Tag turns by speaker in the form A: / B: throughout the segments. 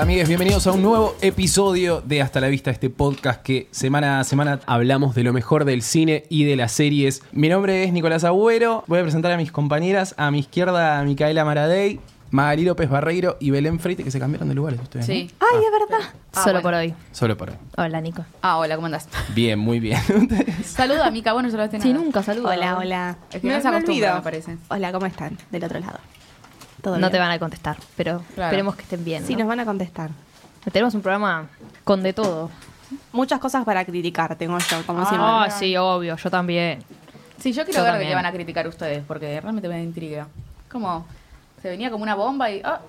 A: amigues? Bienvenidos a un nuevo episodio de Hasta la Vista, este podcast que semana a semana hablamos de lo mejor del cine y de las series. Mi nombre es Nicolás Agüero, voy a presentar a mis compañeras. A mi izquierda, a Micaela Maradei, Magali López Barreiro y Belén Freite, que se cambiaron de lugares ustedes. ¿no?
B: Sí.
C: Ay, es verdad.
B: Ah,
D: Solo
B: bueno.
D: por hoy.
A: Solo para.
D: Hola, Nico.
B: Ah, hola, ¿cómo andás?
A: Bien, muy bien.
B: Saluda, Mica. Bueno, yo lo tengo.
D: Sí, nunca saludo.
C: Hola, hola.
B: Es que no se acostumbra, me parece.
C: Hola, ¿cómo están? Del otro lado. Todo
D: No te
C: bien.
D: van a contestar, pero
B: Claro.
D: esperemos que estén bien.
C: Sí,
D: ¿no?
C: nos van a contestar.
D: Tenemos un programa con de todo.
C: Muchas cosas para criticar tengo yo, como
B: Ah,
C: siempre.
D: Ah,
B: no.
D: sí, obvio, yo también.
B: Sí, yo quiero
D: Yo
B: ver de
D: también.
B: qué van a criticar ustedes, porque realmente me da intriga. Como, se venía como una bomba y. ah,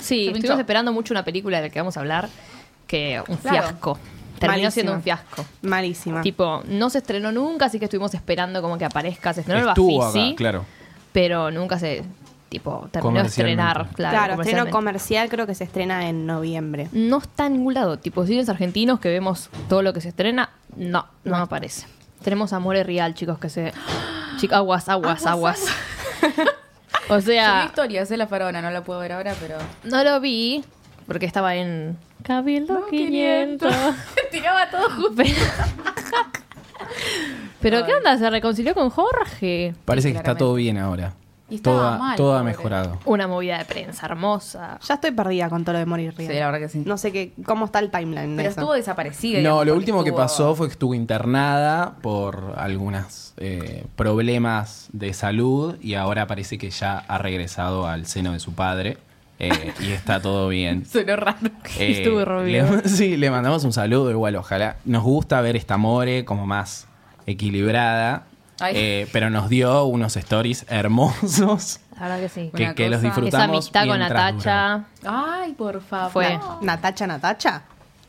D: Sí,
B: Se pinchó.
D: estuvimos esperando mucho una película de la que vamos a hablar, que un
B: Claro.
D: fiasco. Terminó
C: Malísima. Ah.
D: siendo un fiasco.
C: Malísima.
D: Tipo, no se estrenó nunca, así que estuvimos esperando como que aparezca. Se estrenó
A: Estuvo
D: el
A: acá,
D: Bafisi,
A: claro.
D: pero nunca se, tipo, terminó de
A: Comercialmente.
D: estrenar. Claro,
C: claro, estreno
D: comercialmente.
C: comercial creo que se estrena en noviembre.
D: no está en ningún lado. Tipo, cines argentinos que vemos todo lo que se estrena, no, no, aparece. Tenemos Amores Real, chicos, que se... Chic- aguas, aguas, aguas. o
B: Subí
D: sea,
B: historias de la farona, no la puedo ver ahora, pero.
D: no lo vi porque estaba en... Cabildo 500.
B: Tiraba todo justo.
D: Pero, Pero, ¿qué onda? Se reconcilió con Jorge.
A: Parece
B: Sí,
A: que está
B: claramente.
A: todo bien ahora.
B: Y estaba
A: Toda,
B: mal,
A: todo ha
B: pobre.
A: mejorado.
D: Una movida de prensa hermosa.
C: Ya estoy perdida con todo lo de morir
B: Sí,
C: Riel.
B: la verdad que sí.
C: No sé qué, cómo está el timeline de
B: pero
C: eso.
B: estuvo desaparecida.
A: No,
B: digamos,
A: lo
B: porque
A: último que
B: estuvo-
A: pasó fue que estuvo internada por algunos problemas de salud y ahora parece que ya ha regresado al seno de su padre eh, y está todo bien.
B: Sonó raro.
A: Eh,
D: Estuvo revivido.
A: le- sí, le mandamos un saludo igual, ojalá. Nos gusta ver esta More como más equilibrada,
B: Ay.
A: eh, pero nos dio unos stories hermosos
D: La verdad que sí.
A: que,
B: Una
A: que los
B: cosa.
D: Esa
A: disfrutamos.
D: amistad con
A: mientras duró.
D: Natacha.
B: Ay, por favor.
D: Fue.
C: ¿Natacha, Natacha?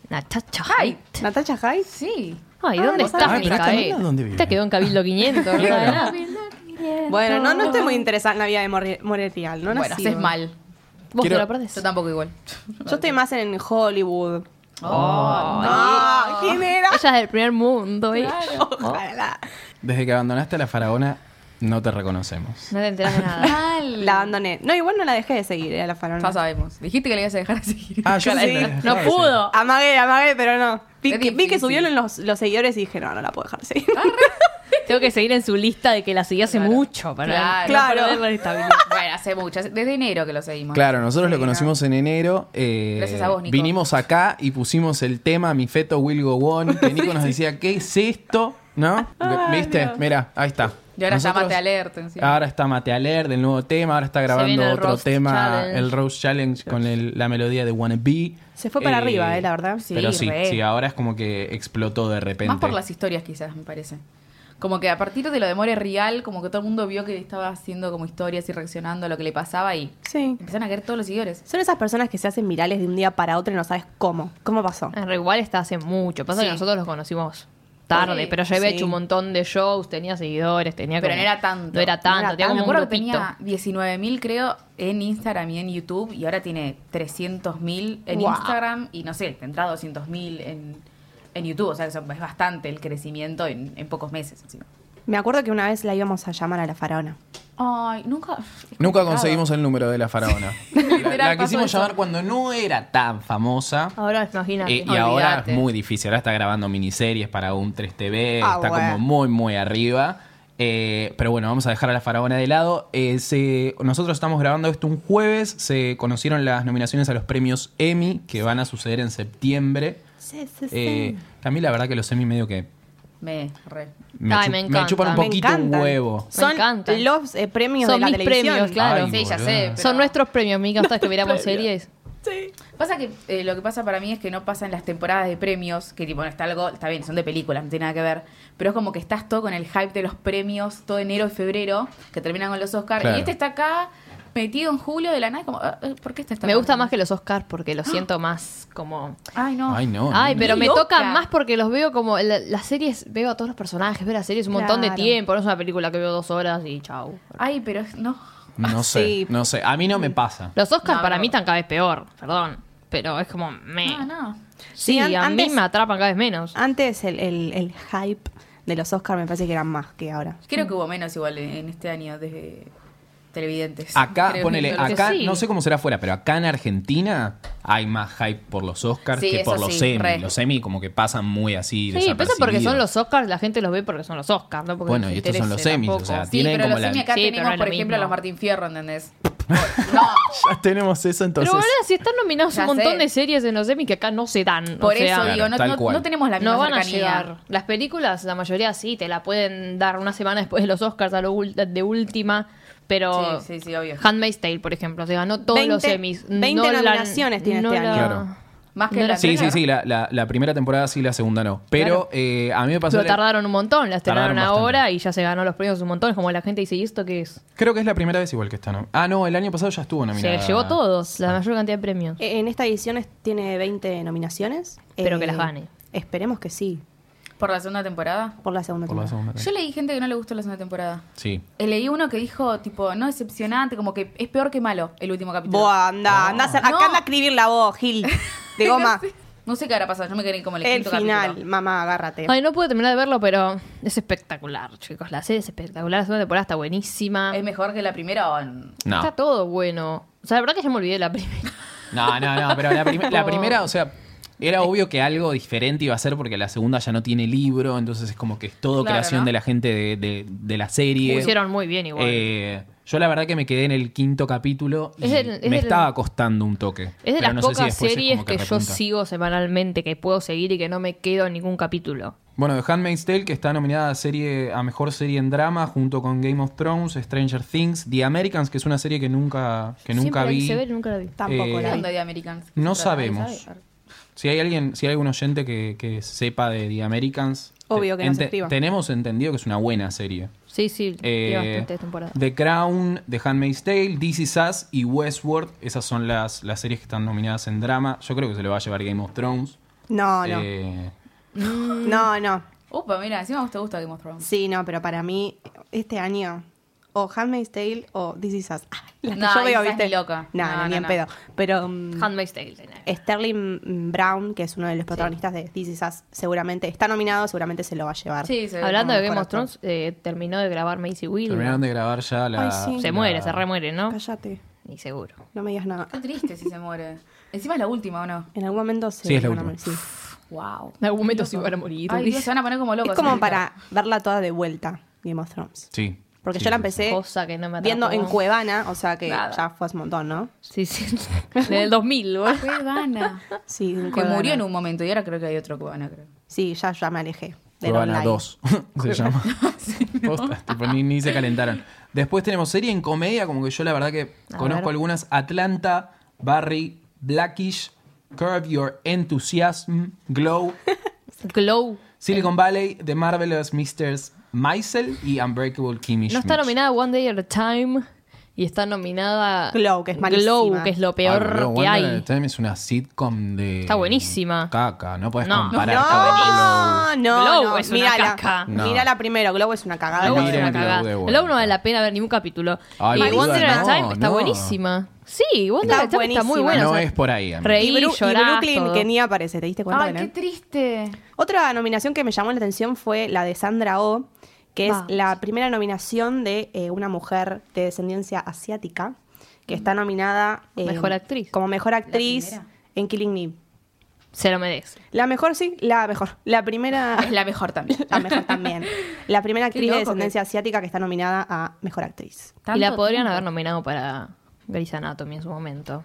D: Natacha
B: Ay.
D: Haidt.
C: ¿Natacha Hyde?
B: Sí.
D: Ay, ¿dónde
C: no
D: estás,
C: sabía.
A: Ay, pero esta mina,
D: Micaela?
A: ¿dónde vive?
D: Te quedó en Cabildo 500, no sabes
A: Claro.
D: nada.
C: Bueno, no, no estoy muy interesada en la vida de Mori- Morir Rial. No
B: bueno,
C: nací.
B: haces mal.
D: Vos
A: Quiero-
D: te lo perdés.
B: Yo tampoco igual.
C: Yo estoy más en Hollywood.
D: Oh,
C: Ah, ¿quién era?
D: Ella es del primer mundo, ¿eh?
C: Ojalá.
A: Desde que abandonaste a la faraona, no te reconocemos.
D: No te enterás de nada.
B: Mal.
C: La abandoné. No, igual no la dejé de seguir, era la farona.
B: Ya sabemos. Dijiste que le ibas a dejar así.
A: Ah, yo
C: Ojalá
A: sí.
C: y no.
A: la
D: No
A: dejaba de seguir.
D: pudo.
C: Amagué, amagué, pero no. Vi,
B: Es
C: que, vi que
B: difícil.
C: subieron los, los seguidores y dije, no, no la puedo dejar de seguir.
D: Tengo que seguir en su lista de que la seguí hace
B: Claro.
D: mucho para
B: Claro.
D: no perder
C: Claro.
D: la estabilidad.
B: Bueno, hace mucho. hace- Desde enero que lo seguimos.
A: Claro, nosotros lo
B: Sí,
A: conocimos en enero. eh,
B: Gracias a vos, Nico.
A: Vinimos acá y pusimos el tema Mi feto will go on. Que Nico nos decía, ¿qué es esto? ¿No? ¿Viste? Mira, ahí está.
B: Ah, Y ahora está
A: Nosotros- Ah,
B: Mate Alert, encima.
A: Ahora está Mate Alert, del nuevo tema. Ahora está
D: viene
A: grabando
D: el
A: otro
D: Roast
A: tema,
D: Challenge.
A: el Rose Challenge, con el- la melodía de Wanna Be.
C: Se fue para arriba, eh, la verdad.
B: Sí,
A: pero sí,
B: re.
A: sí, ahora es como que explotó de repente.
B: Más por las historias, quizás, me parece. Como que a partir de lo de More Real, como que todo el mundo vio que estaba haciendo como historias y reaccionando a lo que le pasaba y
C: Sí.
B: empezaron a caer todos los seguidores.
C: Son esas personas que se hacen virales de un día para otro y no sabes cómo. ¿Cómo pasó?
D: En Igual está hace mucho. Pasa
B: Sí.
D: que nosotros los conocimos tarde,
B: Sí.
D: pero ya había
C: Sí.
D: hecho un montón de shows, tenía seguidores, tenía
B: Pero
D: como-
B: no era tanto.
D: No era tanto,
C: No era
D: tenía
B: me
D: como un
B: acuerdo que
D: grupito.
B: tenía 19.000, creo, en Instagram y en YouTube, y ahora tiene 300.000 en
C: Wow.
B: Instagram y no sé, tendrá 200.000 en, en YouTube. O sea, que son- es bastante el crecimiento en, en pocos meses. encima.
C: Me acuerdo que una vez la íbamos a llamar a la faraona.
B: Ay, nunca. es
A: Nunca
B: complicado.
A: conseguimos el número de la faraona. la,
B: Literal,
A: la
B: pasó
A: quisimos
B: eso.
A: llamar cuando no era tan famosa.
D: Ahora imagínate.
A: Eh, y ahora
B: Olvídate.
A: es muy difícil. Ahora está grabando miniseries para un 3TV.
C: Ah,
A: está
C: bueno.
A: como muy, muy arriba. Eh, pero bueno, vamos a dejar a la faraona de lado. Eh, se- nosotros estamos grabando esto un jueves. Se conocieron las nominaciones a los premios Emmy que van a suceder en septiembre.
C: Sí, sí,
A: Eh, a mí la verdad que los Emmy medio que
B: Me re.
A: me,
D: Ay,
A: chu-
D: me
A: me chupan un
D: encantan.
C: Me
A: poquito un
C: encantan.
A: huevo.
C: Son
D: encantan.
C: los eh, premios de
D: Son
C: la
D: mis
C: televisión.
D: premios, claro.
A: Ay,
B: sí,
A: boluda.
B: ya sé. pero-
D: Son nuestros premios, Mica, ustedes que miramos series.
B: Pasa que eh, lo que pasa para mí es que no pasa en las temporadas de premios, que tipo, no está algo, está bien, son de películas, no tiene nada que ver, pero es como que estás todo con el hype de los premios, todo enero y febrero, que terminan con los Oscars,
A: Claro.
B: y este está acá metido en julio de la nada, y como, ah, ah, ¿por qué este está
D: Me
B: acá?
D: gusta más que los Oscars porque los siento más como...
B: Ay, no.
A: Ay, no.
D: Ay,
A: no.
D: pero me
B: Loca.
D: tocan más porque los veo como... la- las series, veo a todos los personajes, veo las series un montón de
C: Claro.
D: tiempo, no es una película que veo dos horas y chau.
B: Ay, pero es- no.
A: No sé,
C: Sí.
A: no sé. A mí no me pasa.
D: Los Oscars
B: No,
D: para
B: no.
D: mí están cada vez peor, perdón. Pero es como... Me.
B: No, no.
D: Sí,
C: Sí, an-
D: a mí
C: antes-
D: me atrapan cada vez menos.
A: Ah,
C: Antes el, el- el hype de los Oscars me parece que eran más que ahora.
B: Creo que hubo menos igual en, en este año desde televidentes.
A: Acá,
B: Creo
A: ponele,
B: que-
A: acá,
D: sí.
A: no sé cómo será afuera, pero acá en Argentina hay más hype por los Oscars
B: Sí,
A: que por
B: eso
A: los
B: sí,
A: semi.
B: re.
A: Los semi como que pasan muy así
D: Sí, pasa porque
A: desapercibidos.
D: son los Oscars, la gente los ve porque son los Oscars, ¿no? Porque
A: Bueno,
D: les
A: y estos son los
D: interese
A: semis, o
D: tampoco.
A: sea,
B: Sí,
A: tienen
B: pero
A: como
B: los
A: la-
B: semi acá
D: Sí, pero
B: tenemos,
D: no es
B: por
D: lo
B: ejemplo, a
D: mismo.
B: los Martín Fierro, ¿entendés? no,
A: Ya tenemos eso, entonces...
D: Pero boluda, si están nominados
B: Ya
D: un montón
B: sé.
D: de series en los semis que acá no se dan.
B: por
D: o sea,
B: eso digo,
A: Claro,
B: no,
A: tal
B: no-
A: cual.
B: no tenemos la misma
D: no van
B: cercanía.
D: a llegar. Las películas, la mayoría sí, te la pueden dar una semana después de los Oscars a lo ul- de última, pero
B: Sí, sí, sí, obvio.
D: Handmaid's Tale, por ejemplo, se ganó todos
C: 20
D: los semis.
C: 20 nominaciones tiene este año.
A: Claro.
B: Más que
D: no
B: la
D: la-
A: Sí, sí,
B: primera.
A: sí, la, la- la primera temporada sí, la segunda no. Pero
D: Claro.
A: eh, a mí me pasó...
D: Pero
A: la-
D: tardaron un montón, las estrenaron
A: Tardaron bastante.
D: ahora y ya se ganó los premios un montón. Es como la gente dice, ¿y esto qué es?
A: Creo que es la primera vez igual que está, ¿no? Ah, no, el año pasado ya estuvo nominada.
D: Se llevó todos, la mayor cantidad de premios.
C: Eh, En esta edición es- tiene 20 nominaciones. Eh,
D: Espero que las gane.
C: Esperemos que sí,
B: Por la segunda temporada.
C: por la segunda
A: Por la
C: temporada.
A: segunda
B: Yo leí gente que no le gustó la segunda temporada.
A: Sí.
B: Eh, Leí uno que dijo, tipo, no decepcionante, como que es peor que malo el último capítulo.
C: Buah, anda, anda a hacer-
B: No.
C: acá anda a escribir la voz, Gil. De goma.
B: No sé qué habrá pasado, yo me quedé como en el,
C: el
B: quinto
C: final,
B: capítulo.
C: mamá, agárrate.
D: Ay, no pude terminar de verlo, pero es espectacular, chicos. La serie es espectacular, la segunda temporada está buenísima.
C: Eh,
B: ¿Es mejor que la primera o no?
A: No.
D: Está todo bueno. O sea, la verdad que ya me olvidé de la primera.
A: No, no, no, pero la, prim- la primera, o sea, era obvio que algo diferente iba a ser porque la segunda ya no tiene libro, entonces es como que es todo
B: Claro,
A: creación
B: ¿no?
A: de la gente de, de- de la serie.
D: Hicieron muy bien igual.
A: Eh, yo la verdad que me quedé en el quinto capítulo y
D: Es del- es
A: me
D: del-
A: estaba costando un toque.
D: es de
A: Pero
D: las
A: no sé si
D: pocas
A: después es
D: series
A: como
D: que, yo
A: repunta.
D: sigo semanalmente, que puedo seguir y que no me quedo en ningún capítulo.
A: Bueno, The Handmaid's Tale, que está nominada a, serie, a Mejor Serie en Drama, junto con Game of Thrones, Stranger Things, The Americans, que es una serie que nunca, que nunca
D: Siempre la
A: vi.
D: quise ver y nunca la vi.
C: Tampoco
A: Eh,
B: ¿Qué
C: la vi.
B: onda de Americans?
A: No
B: ¿Qué trata? ¿Nadie
A: sabemos.
B: sabe?
A: Si hay alguien, si hay algún oyente que, que sepa de The Americans,
C: Obvio
A: te-
C: que nos
A: ente-
C: escriba.
A: Tenemos entendido que es una buena serie.
D: Sí, sí,
A: Eh,
D: tiene bastantes temporadas.
A: The Crown, The Handmaid's Tale, This Is Us y Westworld. Esas son las, las series que están nominadas en drama. Yo creo que se lo va a llevar Game of Thrones.
C: No, Ah, no.
A: Eh,
C: No, no.
B: Upa, mira, encima a vos te gusta Game of Thrones.
C: Sí, no, pero para mí, este año, o Handmaid's Tale o This Is Us. Ah, las que
B: No,
C: yo veo,
B: This Is Us
C: ¿viste?
B: ni loca.
C: No,
B: No,
C: no,
B: no,
C: ni en
B: no.
C: pedo. Pero mm,
D: Handmaid's Tale. tenés.
C: Sterling Brown, que es uno de los protagonistas de This Is Us, seguramente está nominado, seguramente se lo va a llevar.
B: Sí, se ve
D: Hablando de
C: como
D: Game of
C: mejor actor.
D: Thrones, eh, terminó de grabar Macy Will.
A: terminaron de grabar ya la.
C: Ay, sí.
D: Se
A: la-
D: muere, se remuere, ¿no?
C: Cállate,
D: Ni seguro.
C: no me digas nada.
B: Qué triste si se muere. Encima es la última, ¿o no?
C: En algún momento se
A: Sí, es la
C: van a
A: última.
C: morir, sí.
B: Wow.
D: En algún momento se iban a morir.
B: Ay, Dios, se van a poner como locos.
C: Es como
B: ahorita.
C: para verla toda de vuelta, Game of Thrones.
A: Sí.
C: Porque
A: Sí,
C: yo la
A: sí, sí.
C: empecé
D: Cosa que no me atrapó.
C: viendo en Cuevana, o sea que
B: Nada.
C: ya fue hace un montón, ¿no?
D: Sí, sí. Desde el 2000, güey.
B: Qué gana.
C: Sí, en
B: Que
C: Cuevana.
B: murió en un momento y ahora creo que hay otro cubano, creo.
C: Sí, ya, ya me alejé. del
A: Cuevana
C: online.
A: 2 se llama. Posta, tipo, ni, ni se calentaron. Después tenemos serie en comedia, como que yo la verdad que
D: A
A: conozco
D: ver.
A: algunas. Atlanta, Barry, Blackish, Curve Your Enthusiasm, Glow,
D: Glow.
A: Silicon Valley, The Marvelous Misters Maisel y Unbreakable Kimmy
D: No está
A: Schmidt.
D: nominada One Day at a Time y está nominada
C: Glow, que es malísima.
D: Glow, que es lo peor
A: Ay, boludo,
D: que
A: Ah, Wonder
D: hay.
A: Time es una sitcom de...
D: Está buenísima.
A: Caca, no puedes
D: No.
A: comparar
C: No, no, no.
D: Glow es una
C: mírala.
D: caca.
A: No.
C: Mírala primero. Glow es una cagada.
D: Glow es
A: Miren
D: una
A: Glow
D: cagada.
A: de vuelta.
D: Glow no vale la pena ver ningún capítulo.
A: Ay,
D: y
A: boluda,
D: One Day at a
A: no,
D: Time está
A: no.
D: buenísima. Sí, One Day at a
C: Está
D: Time está muy
C: buenísima.
D: buena.
A: No
D: o sea,
A: es por ahí, amigo.
D: Reí,
C: Y, Bru- y
D: llorás,
C: Brooklyn,
D: todo.
C: que ni aparece. ¿Te diste cuenta?
B: Ay,
C: que no?
B: qué triste.
C: Otra nominación que me llamó la atención fue la de Sandra O, oh, que
D: Vamos.
C: es la primera nominación de eh, una mujer de descendencia asiática, que está nominada eh,
D: Mm. Mejor actriz.
C: como mejor actriz
B: primera?
C: en Killing Me.
D: Se lo merece.
C: La mejor, sí, la mejor. La primera.
B: Es la mejor también.
C: la mejor también. La primera
B: Qué
C: actriz de
B: loco que-
C: descendencia asiática que está nominada a mejor actriz.
D: Y la
B: Tanto
D: podrían
B: tiempo.
D: haber nominado para Grey's Anatomy en su momento.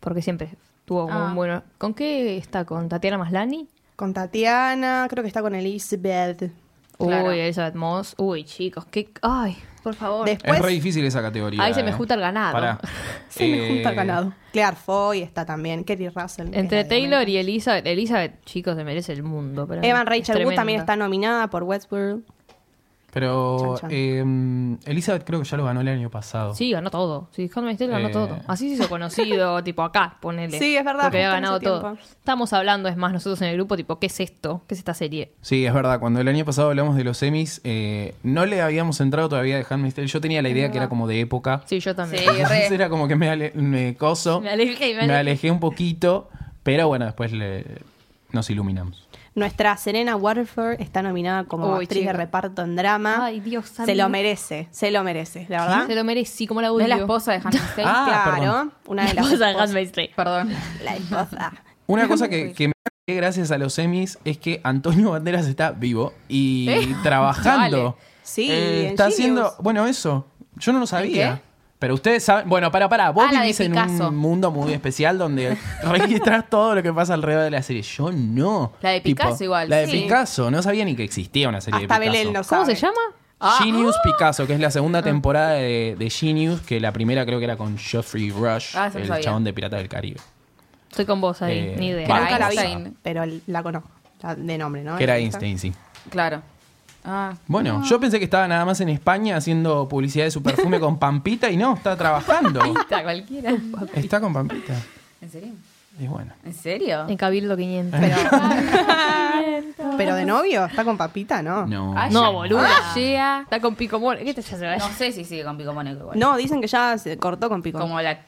D: Porque siempre tuvo como
B: Ah.
D: un buen... ¿Con qué está? ¿Con Tatiana Maslany?
C: Con Tatiana, creo que está con Elizabeth.
B: Claro.
D: Uy, Elizabeth Moss. Uy, chicos, qué... Ay, por favor.
C: Después
A: es re difícil esa categoría.
D: Pues, Ahí se me
A: eh.
D: junta el ganado.
A: Pará.
C: se me junta
A: Eh,
C: el ganado. Claire Foy está también. Kerry Russell. que
D: Entre
C: es la de
D: Taylor
C: América.
D: y Elizabeth, Elizabeth, chicos, se merece el mundo. Pero
C: Evan
D: es
C: Rachel Wood también está
D: tremenda.
C: nominada por Westworld.
A: Pero
C: Chan, chan.
A: eh, Elizabeth creo que ya lo ganó el año pasado.
D: Sí, ganó todo. Sí, Handmaid's Tale ganó
A: Eh.
D: todo. Así se hizo conocido, tipo acá, ponele.
C: Sí, es verdad,
D: Porque había
C: justo en
D: ganado
C: ese
D: todo.
C: tiempo.
D: Estamos hablando, es más, nosotros en el grupo, tipo, ¿qué es esto? ¿Qué es esta serie?
A: Sí, es verdad. Cuando el año pasado hablamos de los semis, eh, no le habíamos entrado todavía de Handmaid's Tale. Yo tenía la idea que era como de época.
D: Sí, yo también.
B: Sí,
A: Entonces
B: re.
A: era como que me, ale- me coso.
D: Me alejé, me alejé.
A: un poquito. Pero bueno, después le- nos iluminamos.
C: Nuestra Serena Waterford está nominada como
D: Uy,
C: actriz
D: chica.
C: de reparto en drama.
D: Ay, Dios
C: Se lo
D: santo.
C: merece, se lo merece, la verdad.
D: Se lo merecí, como la
B: ¿No
D: odio.
B: es la esposa de Hannah Stein?
A: Ah.
C: claro,
A: perdón.
C: una
D: La
C: de las
D: esposa de
C: esposas-
D: Handmaid's Tale.
B: Perdón.
C: La esposa.
A: Una cosa
B: Pues.
A: que, que me enteré gracias a los Emmys es que Antonio Banderas está vivo y
B: Eh,
A: trabajando.
B: vale.
C: Sí,
A: Eh,
C: en
A: está
C: Genius.
A: haciendo. Bueno, eso. Yo no lo sabía.
B: qué?
A: Pero ustedes saben. Bueno, para, para. Vos
B: Ah, la de
A: vivís en
B: Picasso.
A: un mundo muy especial donde registras todo lo que pasa alrededor de la serie. Yo no.
B: La de Picasso igual,
A: La de
B: sí.
A: Picasso. No sabía ni que existía una serie
C: Hasta
A: de Picasso.
C: Belén lo sabe.
D: ¿Cómo se llama?
B: Ah,
A: Genius Picasso, que es la segunda temporada de, de Genius, que la primera creo que era con Geoffrey Rush,
B: Ah, eso no
A: el
B: sabía.
A: chabón de Pirata del Caribe.
D: Estoy con vos ahí,
A: Eh,
D: ni idea.
A: vale.
C: Nunca la vi,
B: Einstein.
C: pero la conozco, la- de nombre, ¿no?
A: Que era
C: Esa.
A: Einstein, sí.
B: Claro. Ah.
A: Bueno, yo pensé que estaba nada más en España haciendo publicidad de su perfume con Pampita y no, está trabajando.
B: Está cualquiera.
A: está con Pampita.
B: ¿En serio?
A: Y bueno.
B: ¿En serio?
D: En Cabildo 500.
C: Pero de novio, está con papita,
D: Ah.
C: ¿no?
A: No.
B: Ay,
D: no,
B: ya.
D: boluda.
B: Ah.
D: Llega. Está con Pico More. ¿Qué te ya se va?
B: No sé si sigue con Pico Mónico igual.
C: No, dicen que ya se cortó con Pico.
B: Como la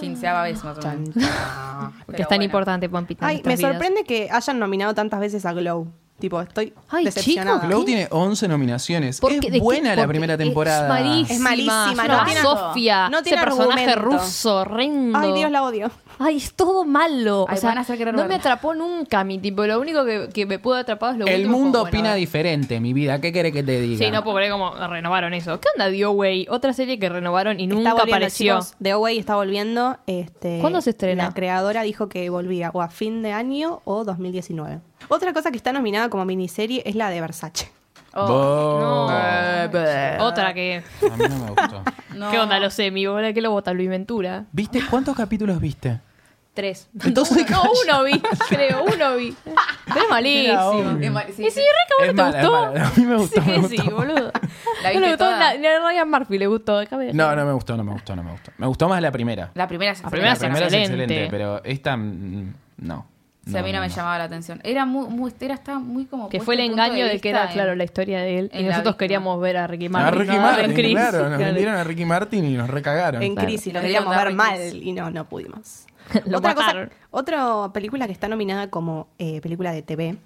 B: quinceava vez más o
C: Chan,
B: menos.
C: chan.
D: Porque
B: Pero
D: es tan
B: bueno.
D: importante, Pampita. en
C: Ay, me
D: nuestras vidas.
C: sorprende que hayan nominado tantas veces a Glow. Tipo, estoy
D: Ay,
C: decepcionada.
D: chicos,
A: Glow tiene 11 nominaciones.
D: Porque- ¿de qué?
A: es buena la
D: Porque
A: primera
D: es
A: temporada.
D: malísima,
C: Es malísima,
D: es una
C: no tiene-
D: Sofía.
C: no tiene
D: ese personaje
C: argumento.
D: ruso, horrendo.
C: Ay, Dios, la odio.
D: Ay, es todo malo.
B: Ay,
D: o sea,
B: van a hacer querer
D: no
B: verla.
D: me atrapó nunca mi tipo. Lo único que, que me pudo atrapar es lo
A: El
D: último,
A: mundo
D: como, bueno,
A: opina
D: a ver.
A: diferente, mi vida. ¿Qué querés que te diga?
D: Sí, no, porque como renovaron eso. ¿Qué onda The Way? Otra serie que renovaron y nunca
C: está volviendo,
D: apareció.
C: chicos. The Away está volviendo. Este,
D: ¿Cuándo se estrena?
C: La creadora dijo que volvía o a fin de año o 2019. Otra cosa que está nominada como miniserie es la de Versace.
B: Oh.
A: Bo-
D: No. Otra que...
A: A mí no me gustó.
B: No.
D: ¿Qué onda? Lo sé, mi bola que lo vota Luis Ventura.
A: ¿Viste? ¿Cuántos capítulos viste?
D: Tres.
A: Entonces,
D: no, uno vi, creo, uno vi. Pero es
A: Era
D: malísimo.
A: obvio.
B: Es mal- sí, sí.
D: Y sí, re
A: Es
D: cabrón,
A: mala,
D: ¿te
A: es
D: gustó?
A: mala. A mí me gustó,
D: Sí,
A: me
D: sí,
A: gustó.
D: boludo.
B: ¿La
D: no
B: viste
D: le gustó,
B: toda?
D: la, la Ryan Murphy le gustó. déjame decir.
A: No, no me gustó, no me gustó, no me gustó. Me gustó más la primera.
B: La primera es
D: La primera
A: La
D: es
A: primera es
D: excelente.
A: excelente, pero esta mm, no.
B: Sí, a mí no, me llamaba la atención. Era muy, muy era estaba muy como
D: Que
B: puesto
D: fue el
B: el punto
D: engaño de
B: vista
D: que era,
B: en-
D: claro, la historia de él.
B: en
D: Y
B: la
D: nosotros
B: víctima.
D: queríamos ver a Ricky
A: a
D: Martin.
A: Ricky
D: no,
A: Martin,
D: Ben Chris.
A: claro, nos
D: Claro.
A: vendieron a Ricky Martin y nos recagaron.
C: en
D: Claro.
C: crisis, lo
B: Lo
C: queríamos
B: querían
C: ver
B: dar
C: mal
B: en crisis.
C: y no, no pudimos.
D: Lo
C: otra, cosa,
D: mataron.
C: otra película que está nominada como eh, película de TV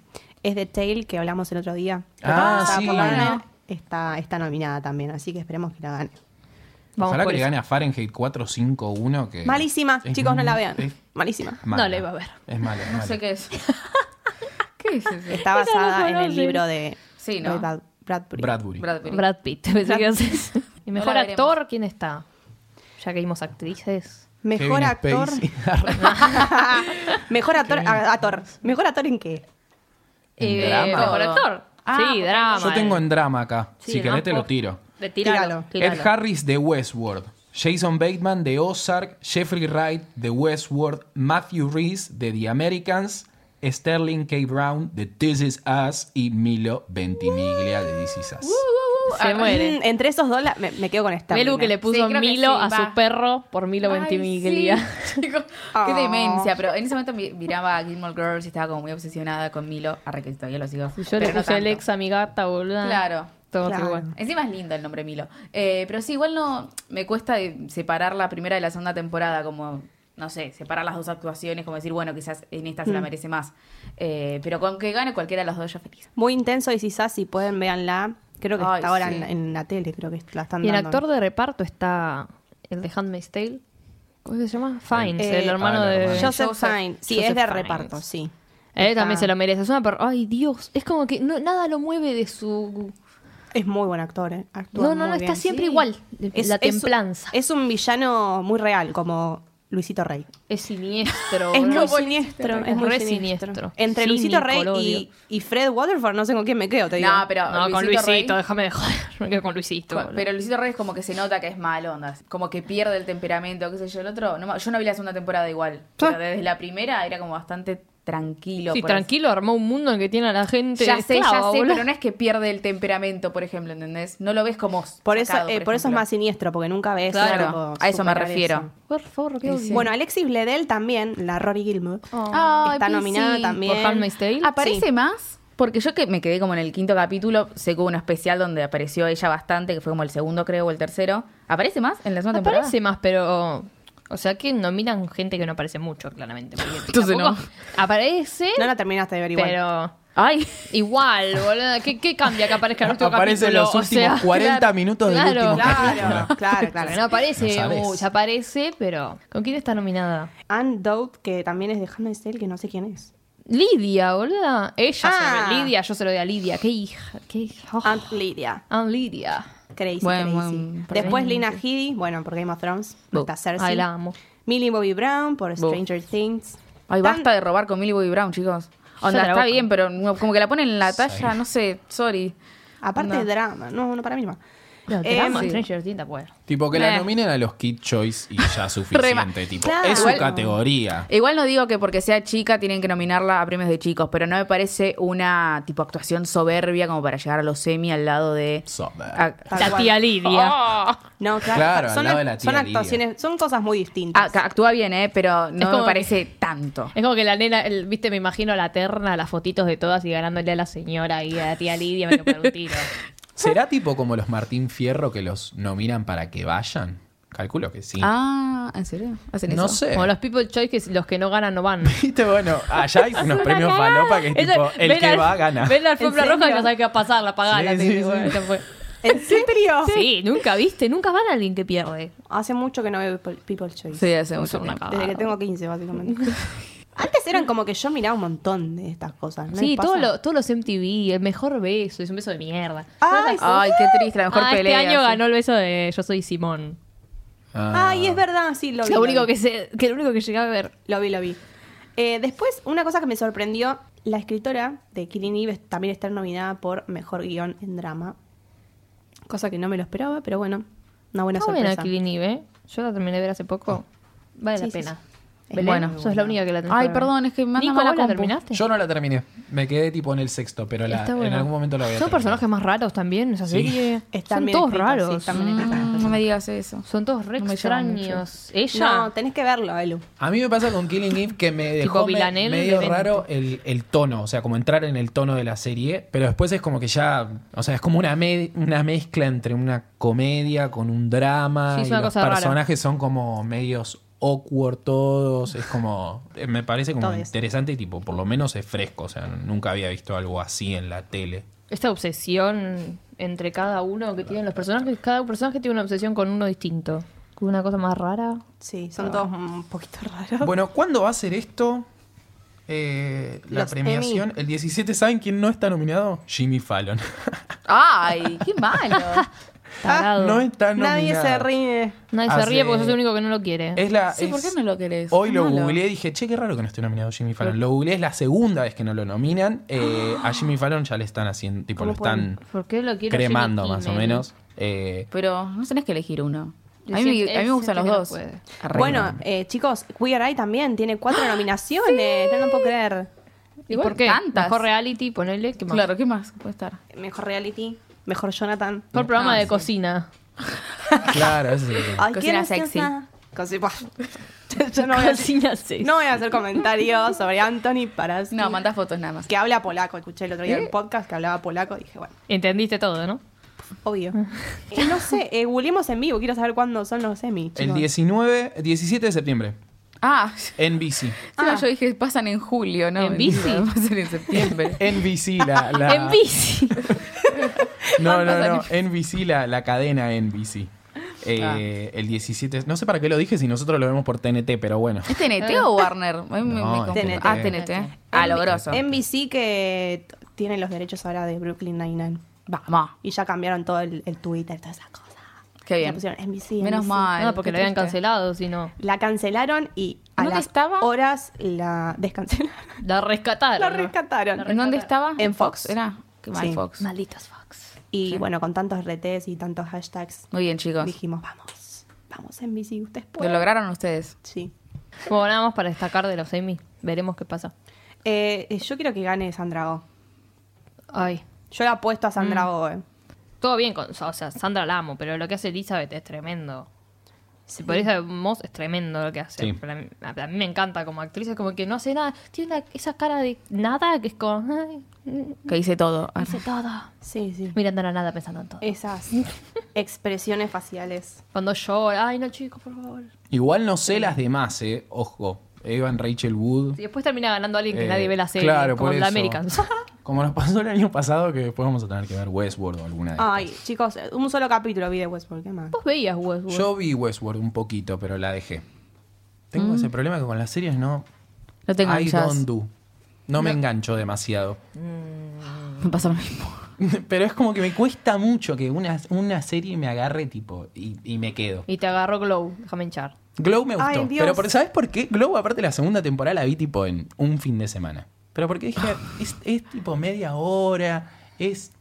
C: es The Tale, que hablamos el otro día.
A: Ah,
C: Está
A: sí.
C: por ganar. Está, está nominada también, así que esperemos que la gane.
D: Vamos
A: Ojalá
D: por
A: que le
D: eso.
A: gane a Fahrenheit 451. Que
C: Malísima,
A: es-
C: chicos, no la vean.
A: es
C: Malísima.
A: mala.
D: No la iba a ver.
A: Es mala. es
B: No
A: mala.
B: sé qué es. ¿Qué es eso?
C: Está
D: Esa no
C: basada en el
D: conoce.
C: libro de
B: Sí, ¿no?
C: Ray Brad- Bradbury.
A: Bradbury.
B: Brad Pitt.
D: Brad Pitt. pensé que ibas a decir. ¿Y mejor
B: la veremos.
D: actor quién está? Ya que vimos actrices.
C: Mejor
A: Kevin
C: actor.
A: Spacey.
C: Mejor actor, a- actor. ¿Mejor actor en qué?
A: En
D: Eh,
A: drama.
D: Mejor actor.
B: Ah,
D: sí,
B: porque-
D: drama.
A: Yo tengo en drama acá.
D: Sí,
A: si
D: no,
A: querés te lo
D: por-
A: tiro.
D: De tiralo.
C: Tíralo.
D: tiralo.
A: Ed Harris de Westworld. Jason Bateman de Ozark. Jeffrey Wright de Westworld. Matthew Reese de The Americans. Sterling K. Brown de This Is Us. Y Milo Ventimiglia de This Is Us.
D: Uh-huh. Se muere.
C: Mm, entre esos dos la- me, me quedo con esta.
D: Uh, ah, Melu que le puso
B: Sí, creo que
D: Milo
B: sí,
D: a su
B: va.
D: perro por Milo
B: Ay,
D: Ventimiglia.
B: sí, chicos, Qué
C: Oh.
B: demencia, pero en ese momento mi- miraba a Gilmore Girls y estaba como muy obsesionada con Milo. Arre que todavía lo sigo.
D: Y Yo
B: pero
D: le
B: no
D: puse
B: tanto.
D: Alex a mi gata, boluda.
B: Claro.
D: Todo
C: Claro.
D: igual.
B: Encima es lindo el nombre Milo. Eh, pero sí, igual no me cuesta de- separar la primera de la segunda temporada, como, no sé, separar las dos actuaciones, como decir, bueno, quizás en esta
D: Mm.
B: se la merece más. Eh, pero con que gane cualquiera de las dos, yo feliz.
C: Muy intenso y quizás si pueden, véanla. Creo que
B: Ay,
C: está ahora
B: sí.
C: en, en la tele, creo que la están
D: Y el
C: dando.
D: actor de reparto está el de Handmaid's Tale. ¿Cómo se llama? Fines,
C: Eh,
D: el hermano
A: ah, el
D: de...
A: hermano.
D: Yo-
C: Joseph,
B: Joseph-
C: Fiennes. Sí,
D: Joseph
C: es de
D: Fiennes.
C: reparto, sí.
D: Él también
C: Está-
D: se lo merece. Es una per- Ay, Dios. Es como que no- nada lo mueve de su...
C: Es muy buen actor, ¿eh? Actúa
D: No, no,
C: muy
D: no. Está
C: bien.
D: siempre
B: Sí.
D: igual. la
C: un-
D: templanza. Es,
C: Es un villano muy real, como Luisito Rey.
D: siniestro.
C: Es muy
D: boludo.
C: siniestro, es muy
D: re
C: siniestro.
D: siniestro.
C: Entre Luisito
D: Cínico,
C: Rey
D: lo
C: y, Ah,
D: odio.
C: y Fred Waterford, no sé con quién me quedo, te digo.
B: No, pero
D: No, con
B: Luisito Rey-
D: Luisito. Déjame de joder. Me quedo con Luisito.
B: Con-
D: boludo.
B: Pero Luisito Reyes como que se nota que es mal onda, como que pierde el temperamento, qué sé yo, el otro. No, ma- yo no vi la segunda temporada igual, pero desde la primera era como bastante tranquilo.
D: Sí,
B: por así-
D: tranquilo, armó un mundo en que tiene a la gente.
B: Ya sé, ya
D: esclava,
B: sé,
D: boludo.
B: pero no es que pierde el temperamento, por ejemplo, ¿entendés? No lo ves como
C: Por eso,
B: sacado,
C: eh, por, eso es
B: ejemplo.
C: más siniestro, porque nunca ves.
B: Claro,
C: tipo,
B: a eso me
C: superar
B: refiero.
C: eso.
D: Por favor, qué
B: Sí,
D: odio. Oh.
B: sí.
C: Bueno, ah, Alexis Bledel también, la Rory Gilmore,
B: Oh. Ay,
C: está
B: Pisi.
C: nominada también.
D: Por Handmaid's Tale.
B: ¿Aparece
C: Sí.
B: más? Porque yo que me quedé como en el quinto capítulo, sé que hubo un especial donde apareció ella bastante, que fue como el segundo creo o el tercero. ¿Aparece más en la segunda temporada?
D: Aparece más, pero. O sea que nominan gente que no aparece mucho, claramente. porque
B: Entonces
D: tampoco
B: no.
D: Aparece,
C: No la terminaste de ver igual.
D: pero.
B: Ay,
D: Igual, boludo. ¿Qué, qué cambia que aparezca en nuestro
A: Aparecen
D: capítulo?
A: los
D: O
A: últimos
D: sea,
A: 40
D: claro,
A: minutos del
D: claro,
A: último capítulo.
C: Claro, claro,
D: Claro,
C: claro.
D: no aparece
A: No sabes.
D: mucho, aparece, pero ¿con quién está nominada?
C: Anne Dowd, que también es de Handmaid's Tale, que no sé quién es.
D: Lidia, boluda. Ella
C: Ah.
D: se lo- Lidia, yo se lo doy a Lidia. Qué hija, qué hija. Oh.
C: Aunt Lydia.
D: Aunt Lidia.
C: Crazy,
B: Bueno,
C: crazy.
B: bueno, por
C: Después
D: ahí.
C: Lina Headey, bueno, por Game of Thrones.
B: Bu.
C: Está Cersei.
D: Ay, la amo.
C: Millie Bobby Brown por
B: Bu.
C: Stranger Things.
B: ay
C: Tan-
B: basta de robar con Millie Bobby Brown, chicos. Onda,
D: la
B: está
D: boca.
B: bien, pero no- como que la ponen en la talla, no sé, sorry.
C: Aparte
B: Onda.
C: drama. No, no, para mí no.
D: No,
C: Eh,
D: te amo.
B: sí.
D: Stranger Things, bueno.
A: Tipo, que la
B: Eh.
A: nominen a los Kid Choice y ya
B: Rema.
A: suficiente. tipo,
C: Claro.
A: es su
C: Igual-
A: categoría.
B: Igual no digo que porque sea chica tienen que nominarla a premios de chicos, pero no me parece una tipo actuación soberbia como para llegar a los semi al lado de.
A: Soberbia.
B: a-
C: Tal
D: La
C: cual. Oh.
D: tía Lidia.
C: No, claro.
A: Claro, al
C: son
A: lado de la tía
C: son
A: Lydia.
C: actuaciones, son cosas muy distintas.
B: a- actúa bien, ¿eh? Pero
D: Es
B: no
D: como
B: me parece tanto.
D: Es como que la nena, el- viste, me imagino la terna, las fotitos de todas y ganándole a la señora y a la tía Lidia, me quiero pegar un tiro.
A: ¿Será tipo como los Martín Fierro que los nominan para que vayan? Calculo que sí.
B: Ah, ¿en serio? ¿Hacen
A: no
B: eso?
A: sé.
D: Como los People Choice, que los que no ganan no van.
A: Viste, bueno, allá hay unos premios falopa que es
D: Eso,
A: tipo, el
D: ven
A: que
D: al-
A: va gana.
D: Ven la alfombra
C: ¿En serio?
D: roja y no sabe qué va a pasar, la pagá.
A: Sí,
D: la
A: sí,
D: tele,
A: sí.
D: bueno, ya fue.
C: ¿En serio?
D: Sí, nunca viste, nunca van a alguien que pierde.
C: Hace mucho que no veo People- People's Choice.
B: Sí, hace
D: Vamos
B: mucho
D: a hacer una
B: tiempo.
D: cagada.
C: Desde que tengo 15, básicamente. Antes eran como que yo miraba un montón de estas cosas. ¿no
D: sí,
C: les pasa?
D: todos los, todos los MTV, el mejor beso, es un beso de mierda.
C: Ay,
B: Ay, qué triste, la mejor
D: Ah, este
B: pelea.
D: año
B: sí.
D: ganó el beso de Yo soy Simón.
A: Ah.
C: Ay, es verdad, sí, lo vi.
D: Lo único
C: vi.
D: que sé, que lo único que llegué a ver.
C: Lo vi, lo vi. Eh, después, una cosa que me sorprendió, la escritora de Killing Eve es- también está nominada por Mejor Guión en Drama. Cosa que no me lo esperaba, pero bueno, una buena
D: Está buena
C: sorpresa.
D: Killing Eve, ¿eh? Yo la terminé de ver hace poco. Vale
C: Sí,
D: la
C: sí,
D: pena.
C: Es
D: Belén,
B: buena.
D: sos la única que la tenés
B: Ay,
D: para ver.
B: perdón, es que me anda
D: Nico,
B: mala
D: ¿vos la
B: compu.
D: terminaste?
A: Yo no la terminé. Me quedé tipo en el sexto, pero la-
D: Está
A: en
D: buena.
A: algún momento la voy a
D: Son
A: terminar.
D: personajes más raros también, esa
A: Sí.
D: serie.
C: Están
D: Son
C: bien
D: todos
C: escritos,
D: raros.
C: sí, están bien
D: Mm.
C: escritos.
B: No me digas eso.
D: Son todos re
B: No me llama
D: extraños. Ella.
C: No, tenés que verlo, Elu.
A: A mí me pasa con Killing Eve que me
D: Tipo
A: dejó me-
D: Villanelle
A: medio
D: de
A: raro el, el tono, o sea, como entrar en el tono de la serie, pero después es como que ya, o sea, es como una, me- una mezcla entre una comedia con un drama,
D: Sí, es
A: y
D: una
A: los
D: cosa rara.
A: personajes son como medios awkward todos, es como, eh, me parece como
C: Todes.
A: interesante y tipo, por lo menos es fresco, o sea, nunca había visto algo así en la tele.
D: Esta obsesión entre cada uno que tienen los personajes. Cada personaje tiene una obsesión con uno distinto. Con una cosa más rara.
C: Sí, son todos un poquito raros.
A: Bueno, ¿cuándo va a ser esto? Eh, la
C: Los
A: premiación, el 17, ¿saben quién no está nominado? Jimmy Fallon.
B: Ay, qué malo.
D: Tarado.
A: no está nominado.
C: Nadie se ríe.
D: Nadie se ríe
A: Hace-
D: porque sos el único que no lo quiere.
A: Es la,
B: Sí, ¿por
A: es-
B: qué no lo querés?
A: Hoy
B: Qué
A: lo
B: malo.
A: googleé y dije, che, qué raro que no esté nominado Jimmy Fallon. Lo googleé, es la segunda vez que no lo nominan. Eh, a Jimmy Fallon ya le están haciendo, tipo, lo
C: ¿Cómo
A: están
D: ¿Por qué lo quiere
A: cremando
D: Jimmy
A: más o
D: Kimmel?
A: menos. Eh,
B: Pero no tenés que elegir uno. A mí,
D: Decir-
B: me- a mí
D: él
B: me gustan los
D: siente que no
B: dos.
D: puede.
A: Arregla.
C: Bueno, eh, chicos, Queer Eye también tiene cuatro
B: ¡Ah!
C: nominaciones. No lo puedo creer.
D: ¿Y
B: Igual
D: por qué?
B: tantas.
D: Mejor reality, ponele. ¿qué más?
B: Claro, ¿qué más puede estar?
C: Mejor reality, mejor Jonathan.
D: Mejor programa
B: Ah,
D: de
B: sí.
D: cocina.
A: claro, eso es lo que-
C: Ay,
B: Cocina
C: ¿quién es
B: sexy.
C: esa? Cosi- Buah. Yo no voy a decir-
D: Cocina sí.
C: no voy a hacer comentarios sobre Anthony Paraski.
B: No, ¿Eh? mandás fotos nada más.
C: Que habla polaco. Escuché el otro día en el podcast que hablaba polaco. Dije, bueno,
D: Entendiste todo, ¿no?
C: obvio.
B: Ah.
C: Eh, no sé, eh, googleemos en vivo. Quiero saber cuándo son los semi.
A: El
C: chicos.
A: 19, 17 de septiembre,
B: Ah,
A: NBC.
B: encima
C: Ah.
B: yo dije pasan en julio, ¿no?
D: ¿En bici?
B: Mentira, Pasan en septiembre.
A: NBC, la... la-
D: En bici.
A: No, no, no, NBC, la, la cadena NBC.
D: Ah.
A: Eh, El 17, no sé para qué lo dije si nosotros lo vemos por TNT, pero bueno.
B: ¿Es TNT o Warner? A mí me-
A: No,
B: me confundo.
C: TNT.
B: Ah, TNT. Ah, lo grosso.
C: NBC que t- tiene los derechos ahora de Brooklyn Nine-Nine.
B: Vamos,
C: Y ya cambiaron todo el, el Twitter, todas esas cosas.
B: qué
C: Ya
B: bien.
C: pusieron NBC.
B: Menos
C: NBC.
B: mal.
D: No, porque
B: qué
D: lo habían
B: triste.
D: cancelado, si no.
C: La cancelaron y a
B: ¿Dónde
C: las
B: estaba?
C: horas la descancelaron.
D: La rescataron.
C: La
D: ¿no?
C: rescataron.
B: ¿En dónde estaba?
C: En Fox.
B: Era. Qué mal
C: Sí.
B: Fox.
D: Malditos Fox.
C: Y bueno, con tantos retes y tantos hashtags,
B: Muy bien, chicos.
C: dijimos, vamos, vamos en bici, ustedes
B: Lo
C: pueden.
B: lograron ustedes.
C: Sí.
D: Bueno, nada más para destacar de los Emmy. Veremos qué pasa.
C: Eh, eh, yo quiero que gane Sandra Oh.
D: Ay.
C: Yo le apuesto a
B: Mm.
C: Sandra Oh. eh.
D: Todo bien con. O sea, Sandra la amo, pero lo que hace Elizabeth es tremendo. Si por eso Moss es tremendo lo que hace.
A: Sí.
D: Pero A, mí, a mí me encanta como actriz, es como que no hace nada. Tiene una- esa cara de nada que es como. Ay, mm,
B: Que hice todo. Ah,
D: hice todo.
C: Sí, sí.
D: Mirando a la nada pensando en todo.
C: Esas expresiones faciales.
D: Cuando llora, ay no chicos, por favor.
A: Igual no sé las demás, eh. Ojo. Evan Rachel Wood.
D: Y después termina ganando alguien que
A: Eh,
D: nadie ve la serie,
A: claro, por
D: como The
A: eso.
D: Americans.
A: Como nos pasó el año pasado, que después vamos a tener que ver Westworld o alguna de
C: Ay, chicos, un solo capítulo vi de Westworld, ¿qué más?
D: Vos veías Westworld. Mm.
A: Yo vi Westworld un poquito, pero la dejé. Tengo ese problema que con las series no.
B: No tengo
A: I
B: anchas.
A: don't do. No me engancho demasiado.
B: Me pasa lo mismo.
A: Pero es como que me cuesta mucho que una, una serie me agarre tipo y, y me quedo.
D: Y te agarró Glow, déjame hinchar.
A: Glow me gustó.
C: Ay, Dios.
A: pero por, ¿sabes por qué? Glow, aparte la segunda temporada la vi tipo en un fin de semana. Pero porque dije,
C: Ah.
A: es, es tipo media hora, es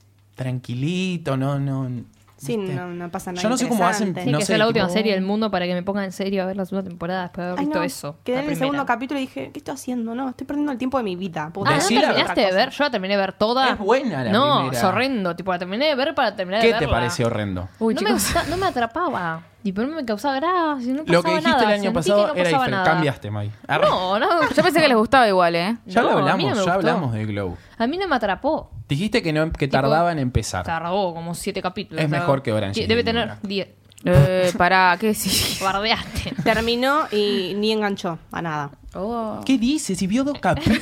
A: tranquilito, no, no.
C: Sí,
A: ¿viste?
C: no, no pasa nada.
A: Yo no sé cómo hacen-
C: interesante.
D: Tiene
A: No
D: que
A: sé,
D: ser la
A: tipo-
D: última serie del mundo para que me ponga en serio a ver la segunda temporada después de haber
C: Ay,
D: visto
C: no,
D: eso.
C: Quedé
D: la
C: en el
D: primera.
C: segundo capítulo y dije, ¿qué estoy haciendo? No, estoy perdiendo el tiempo de mi vida. puta.
D: Ah, ¿no
A: Decí la
D: terminaste de ver? Yo la terminé de ver toda.
A: Es buena la
D: No,
A: primera.
D: es horrendo. Tipo, la terminé de ver para terminar de
A: ¿Qué
D: verla.
A: te parece horrendo?
B: Uy,
D: no, me
B: chicos.
D: gusta- no me atrapaba. Tipo, no me causaba gracia. No
A: Lo que
D: pasaba
A: dijiste
D: nada.
A: el año
D: Sentí
A: pasado
D: que no
A: era
D: pasaba
A: diferente.
D: nada.
A: Cambiaste, May. Arre.
D: No, no.
B: Yo pensé que les gustaba igual, ¿eh?
A: ya
D: no,
A: lo
D: a mí no
A: hablamos,
D: me
A: ya
D: gustó.
A: hablamos de Glow.
D: A mí no me atrapó.
A: Dijiste que no que
D: Tipo,
A: tardaba en empezar.
D: Tardó como siete capítulos.
A: Es
D: tardó.
A: mejor que Orange is
D: Debe
A: the New
D: tener
A: Black.
D: diez.
B: Eh, pará, ¿qué decís?
D: Bardeaste.
C: Terminó y ni enganchó a nada.
B: Oh.
A: ¿Qué dices? Si vio dos capítulos.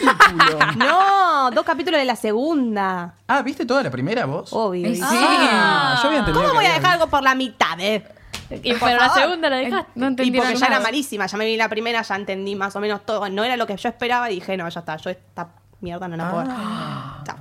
C: No, dos capítulos de la segunda.
A: ah, ¿viste toda la primera vos?
C: Obvio.
B: Sí.
A: Ah, yo había entendido
C: ¿Cómo
A: que
C: voy a
A: había-
C: dejar algo por la mitad, eh?
D: Y pero la
C: favor.
D: segunda la dejaste.
B: No
C: Y
B: entendí
C: porque ya
B: nada.
C: era malísima, ya me vi la primera, ya entendí más o menos todo. No era lo que yo esperaba y dije, no, ya está, yo esta mierda no la puedo ver. Chao.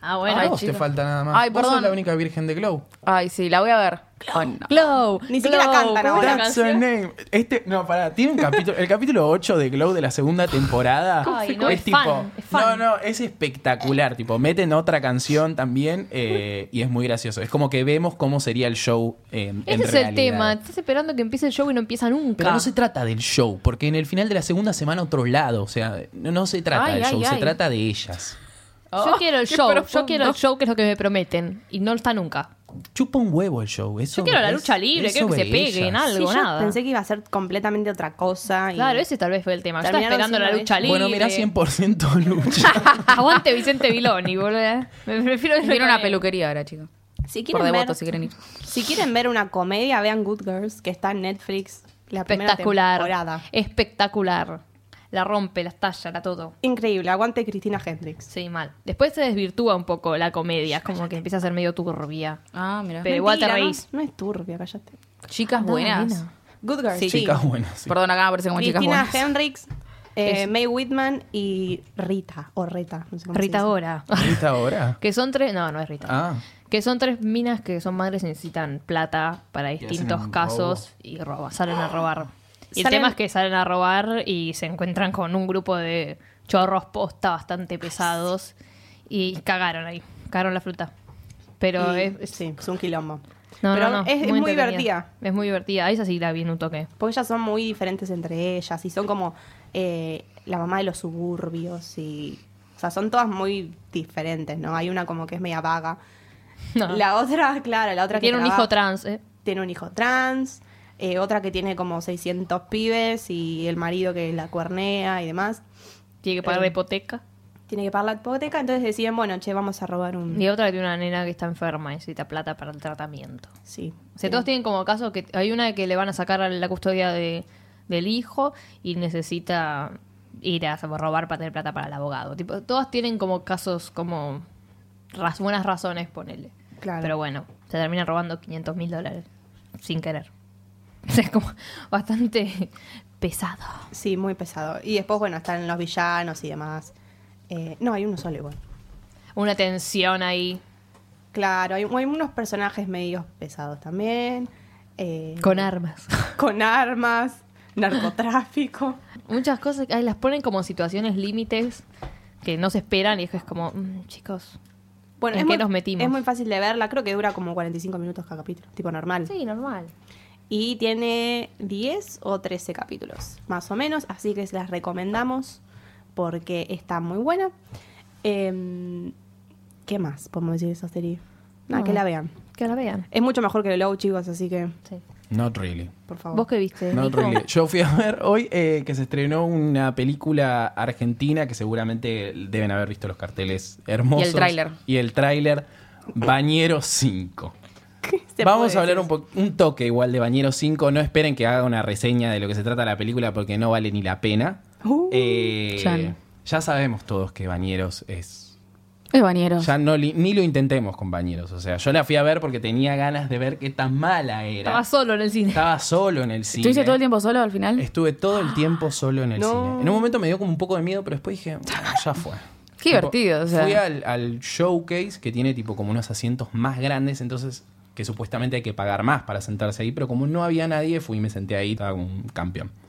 D: Ah, bueno.
A: a
D: Ay,
A: vos te
D: chicos.
A: falta nada más.
B: Ay,
A: Vos sos
B: perdón.
A: la única virgen de Glow.
B: Ay, sí, la voy a ver. Oh, no.
D: Glow.
C: Ni siquiera
D: Glow,
C: cantan
D: ¿cómo es la
C: ahora.
A: That's her
D: canción?
A: name. Este, no, pará, tiene un capítulo, el capítulo 8 de Glow de la segunda temporada.
D: Ay, no, es
A: tipo,
D: fan, es fan.
A: no, no, es espectacular, tipo, meten otra canción también eh, y es muy gracioso. Es como que vemos cómo sería el show eh, en
D: Ese es el
A: realidad.
D: tema. Estás esperando que empiece el show y no empieza nunca.
A: Pero no se trata del show, porque en el final de la segunda semana otro lado, o sea, no, no se trata
B: Ay,
A: del
B: ay,
A: show, se
B: ay.
A: trata de ellas.
D: Yo
B: Oh,
D: quiero el
B: qué
D: show, yo
B: profundo.
D: quiero el show que es lo que me prometen y no está nunca.
A: Chupa un huevo el show, eso
D: Yo quiero la
A: es-
D: lucha libre,
A: es
D: quiero que se
A: sobre
D: peguen
A: ellas.
D: algo,
C: Sí, yo
D: nada.
C: pensé que iba a ser completamente otra cosa. y-
D: Claro, ese tal vez fue el tema. Yo estaba
C: Terminaron
D: esperando la
C: siendo
D: lucha libre.
A: Bueno, mirá 100% lucha.
D: Aguante Vicente Viloni, boludo. Me prefiero verlo
B: Quiero
D: con
B: una
D: él.
B: peluquería ahora, chicos.
C: si
B: Por
C: quieren, ver,
B: devoto, si quieren ir.
C: si quieren ver una comedia, vean Good Girls, que está en Netflix. La primera
D: Espectacular.
C: temporada.
D: Espectacular. La rompe, la estalla, la todo.
C: Increíble, aguante Cristina Hendricks.
D: Sí, mal. Después se desvirtúa un poco la comedia, como que empieza a ser medio turbia.
B: Ah, mira.
D: Pero igual te
C: Mentira,
D: reís.
C: No, no es turbia, cállate.
B: Chicas
D: Andá,
B: buenas.
D: nena.
C: Good Girls,
B: Sí.
C: sí.
A: Chicas buenas. sí.
B: Perdón, acá me aparece como chicas
C: Cristina
B: buenas.
C: Hendricks, eh,
D: Es-
C: May Whitman y Rita, o Reta, no sé cómo se
D: Rita
C: dice.
D: Gora.
A: ¿Viste ahora?
D: que son tres. No, no es Rita.
A: Ah.
D: Que son tres minas que son madres y necesitan plata para
A: hacen
D: distintos
A: un
D: casos y roba, salen a robar. Y el
C: Salen-
D: tema es que salen a robar y se encuentran con un grupo de chorros posta bastante pesados y cagaron ahí, cagaron la fruta. Pero
C: Y-
D: es, es-
C: sí, es un quilombo.
D: no,
C: Pero
D: no, no,
C: es es muy,
D: entretenida.
C: divertida.
D: Es muy divertida, esa sí la vi en un toque.
C: Porque ellas son muy diferentes entre ellas y son como eh, la mamá de los suburbios y... O sea, son todas muy diferentes, ¿no? Hay una como que es media vaga.
D: No.
C: La otra, claro, la otra que
D: Tiene un hijo
C: trabaja-
D: trans, ¿eh?
C: Tiene un hijo trans. eh, otra que tiene como 600 pibes y el marido que la cuernea y demás.
D: tiene que pagar la
C: Eh.
D: hipoteca.
C: Tiene que pagar la hipoteca, entonces deciden, bueno, che, vamos a robar un...
D: Y otra que tiene una nena que está enferma y necesita plata para el tratamiento.
C: Sí.
D: O sea, todos tienen como casos que hay una que le van a sacar a la custodia de- del hijo y necesita ir a robar para tener plata para el abogado. Tipo, todas tienen como casos como raz- buenas razones, ponele.
C: Claro.
D: Pero bueno, se terminan robando 500 mil dólares sin querer. O sea, es como bastante pesado.
C: Sí, muy pesado. Y después, bueno, están los villanos y demás. Eh, no, hay uno solo igual.
D: Una tensión ahí
C: Claro, hay, hay unos personajes medios pesados también. eh,
D: con armas.
C: con armas, narcotráfico.
D: Muchas cosas que ay, las ponen como situaciones límites que no se esperan y es que es como, mm, chicos.
C: Bueno,
D: ¿En
C: es
D: qué
C: muy,
D: nos metimos?
C: Es muy fácil de verla, creo que dura como 45 minutos cada capítulo, tipo normal.
D: Sí, normal.
C: Y tiene 10 o 13 capítulos, más o menos, así que se las recomendamos porque está muy buena. Em, ¿Qué más podemos decir de esa serie? Nada,
D: No.
C: que la vean.
D: Que la vean.
C: Es mucho mejor que Glow, chicos, así que,
D: Sí.
A: Not really.
C: por favor.
D: ¿Vos qué viste?
A: Not
D: Nico?
A: really. Yo fui a ver hoy eh, que se estrenó una película argentina que seguramente deben haber visto los carteles hermosos.
B: Y el tráiler.
A: Y el tráiler Bañero 5.
C: Se
A: Vamos
C: puede
A: a hablar
C: decir
A: un, po- un toque igual de Bañero 5. No esperen que haga una reseña de lo que se trata la película porque no vale ni la pena.
C: Uh.
A: Eh,
B: Chan.
A: ya sabemos todos que Bañeros es
B: Es bañero.
A: Ya no li- ni lo intentemos, compañeros. O sea, yo la fui a ver porque tenía ganas de ver qué tan mala era.
D: Estaba solo en el cine.
A: Estaba solo en el cine.
B: ¿Estuviste todo el tiempo solo al final?
A: Estuve todo el tiempo solo en el
C: No.
A: cine. En un momento me dio como un poco de miedo, pero después dije, "Bueno, ya fue.
B: Qué
A: Tipo,
B: divertido, o sea.
A: Fui al, al showcase que tiene tipo como unos asientos más grandes, entonces que supuestamente hay que pagar más para sentarse ahí, pero como no había nadie, fui y me senté ahí, estaba como un campeón.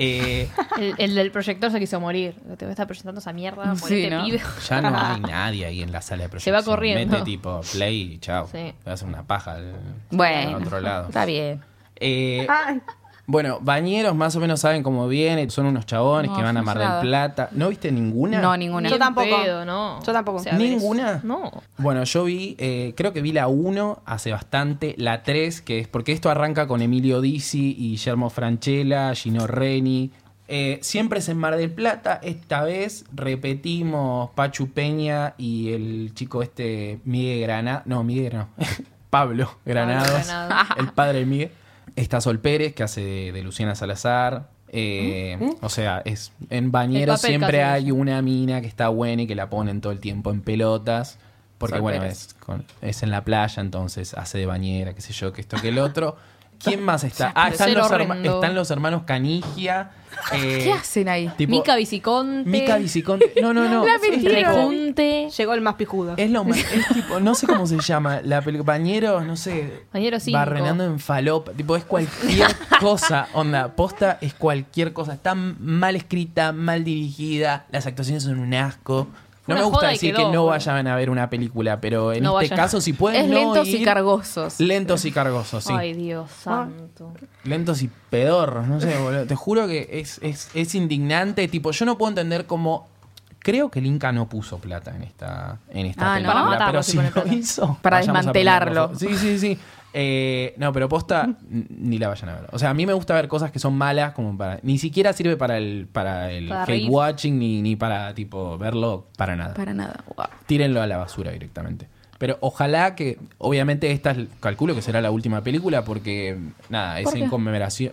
A: Eh,
D: El, el del proyector se quiso morir. Te voy a estar presentando esa mierda.
B: Sí,
D: ponete
B: ¿no?
D: pibe.
A: Ya no hay nadie ahí en la sala de
D: Se
A: proyección.
D: va corriendo.
A: Mete tipo play y chao.
D: Sí.
A: Te vas a una paja al,
B: Bueno,
A: al otro lado.
B: está bien. Ah.
A: Eh,
C: Ay,
A: bueno, bañeros más o menos saben cómo viene. Son unos chabones
B: No,
A: que van a Mar del
B: nada.
A: Plata. ¿No viste ninguna?
B: No, ninguna.
D: Ni
C: Yo
D: en
C: tampoco.
D: pedo, no.
C: Yo tampoco.
D: a ver,
A: ¿Ninguna?
D: es- No.
A: Bueno, yo vi, eh, creo que vi la 1 hace bastante, la 3, que es porque esto arranca con Emilio Dizzi y Guillermo Franchella, Gino Reni. Eh, siempre es en Mar del Plata, esta vez repetimos Pachu Peña y el chico este Miguel Granado, no, Miguel no, Pablo Granados,
D: Granados.
A: el padre de Miguel. Está Sol Pérez, que hace de, de Luciana Salazar. eh, O sea, es en bañero
D: Mm, El papel
A: siempre
D: casi.
A: hay y una mina que está buena y que la ponen todo el tiempo en pelotas. Porque
D: Sol
A: bueno,
D: Pérez.
A: es, con- es en la playa, entonces hace de bañera, qué sé yo, que esto, que el otro. ¿Quién más está? Ah,
D: Pero
A: están
D: ser
A: los, herma-
D: horrendo.
A: están los hermanos Canigia. eh,
B: ¿Qué hacen ahí?
A: tipo-
D: Mica Viciconte.
A: Mica Viciconte. No, no, no. Este,
B: La
A: es
B: mentira.
A: tipo-
D: Rejunte.
C: llegó el más pijudo.
A: es lo más, es tipo, no sé cómo se llama, la película, bañero, no sé,
D: Bañero cinco.
A: barrenando en falopa, tipo, es cualquier cosa, onda, posta es cualquier cosa, está m- mal escrita, mal dirigida, las actuaciones son un asco. No
D: Fue una
A: me gusta
D: joda y
A: decir
D: quedó,
A: que no
D: boludo.
A: vayan a ver una película, pero en
D: No
A: este
D: vayan.
A: caso si pueden
B: Es
A: no
B: lentos y
A: ir-
B: cargosos.
A: Lentos y cargosos, sí.
D: Ay, Dios santo.
A: Lentos y pedorros, no sé, boludo. Te juro que es, es, es indignante. Tipo, yo no puedo entender cómo. Creo que el Inca no puso plata en esta, en esta
B: Ah, no.
A: película,
D: Para matarlo,
A: pero
D: si
A: si
D: pone
A: lo
D: plata.
A: hizo.
B: Para
A: vayamos a prenderlo
B: desmantelarlo.
A: fuego. Sí, sí, sí. Eh, no, pero posta, n- ni la vayan a ver. O sea, a mí me gusta ver cosas que son malas, como para. Ni siquiera sirve para el, para el
D: Para
A: hate
D: reír.
A: watching, ni, ni para, tipo, verlo para nada
B: Para nada. Wow.
A: tírenlo a la basura directamente. Pero ojalá que, obviamente, esta es- calculo que será la última película porque, nada, es
B: ¿Por
A: en
B: qué?
A: conmemoración,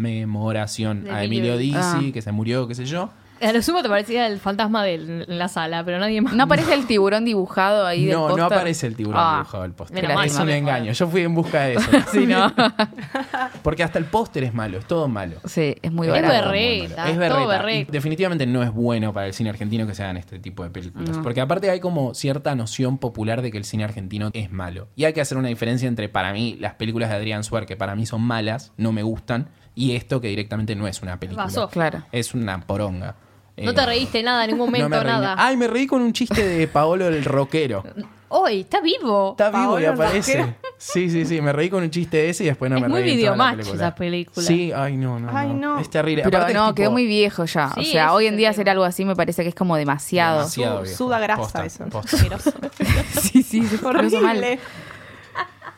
A: conmemoración
D: De
A: a Emilio Dizzy,
B: Emilio. Ah.
A: que se murió, qué sé yo.
D: A lo sumo te parecía el fantasma de la sala, pero nadie más.
B: ¿No aparece el tiburón dibujado ahí del
A: No, no
B: póster?
A: aparece el tiburón
B: Ah.
A: dibujado del póster.
D: menos mal,
A: Es un
D: menos mal.
A: engaño. Yo fui en busca de eso.
B: Sí, ¿no?
A: Porque hasta el póster es malo, es todo malo.
B: sí, es muy
D: Es
B: barato.
A: Todo
D: berreta,
A: muy malo. Es
D: todo
A: berreta.
D: berreta.
A: Y definitivamente no es bueno para el cine argentino que se hagan este tipo de películas.
B: No.
A: Porque aparte hay como cierta noción popular de que el cine argentino es malo. Y hay que hacer una diferencia entre, para mí, las películas de Adrián Suárez, que para mí son malas, no me gustan, y esto que directamente no es una película.
D: Basó.
B: Claro.
A: Es una poronga. Eh,
D: No te reíste nada en ningún
A: no me
D: momento,
A: reí Ah.
D: nada.
A: na- Ay, me reí con un chiste de Paolo el rockero.
D: ¡Hoy! ¡Está vivo!
A: Está vivo y
C: Paolo el
A: aparece.
C: rockero.
A: Sí, sí, sí. Me reí con un chiste ese y después no
D: Es
A: me
D: muy
A: reí. en toda la
D: videomatch esa película.
A: Sí, ay, no, no.
C: Ay, no.
A: Es terrible.
B: Pero
A: Aparte es
B: no,
A: tipo-
B: quedó muy viejo ya. o
D: Sí,
B: sea,
D: ese
B: hoy
D: es
B: en
D: el
B: día hacer
D: tema.
B: algo así me parece que es como demasiado.
A: Demasiado
C: Su-
A: viejo.
C: suda grasa
A: Posta,
C: eso.
A: posta.
C: Asqueroso.
B: Sí, sí, se puso mal.
C: Horrible.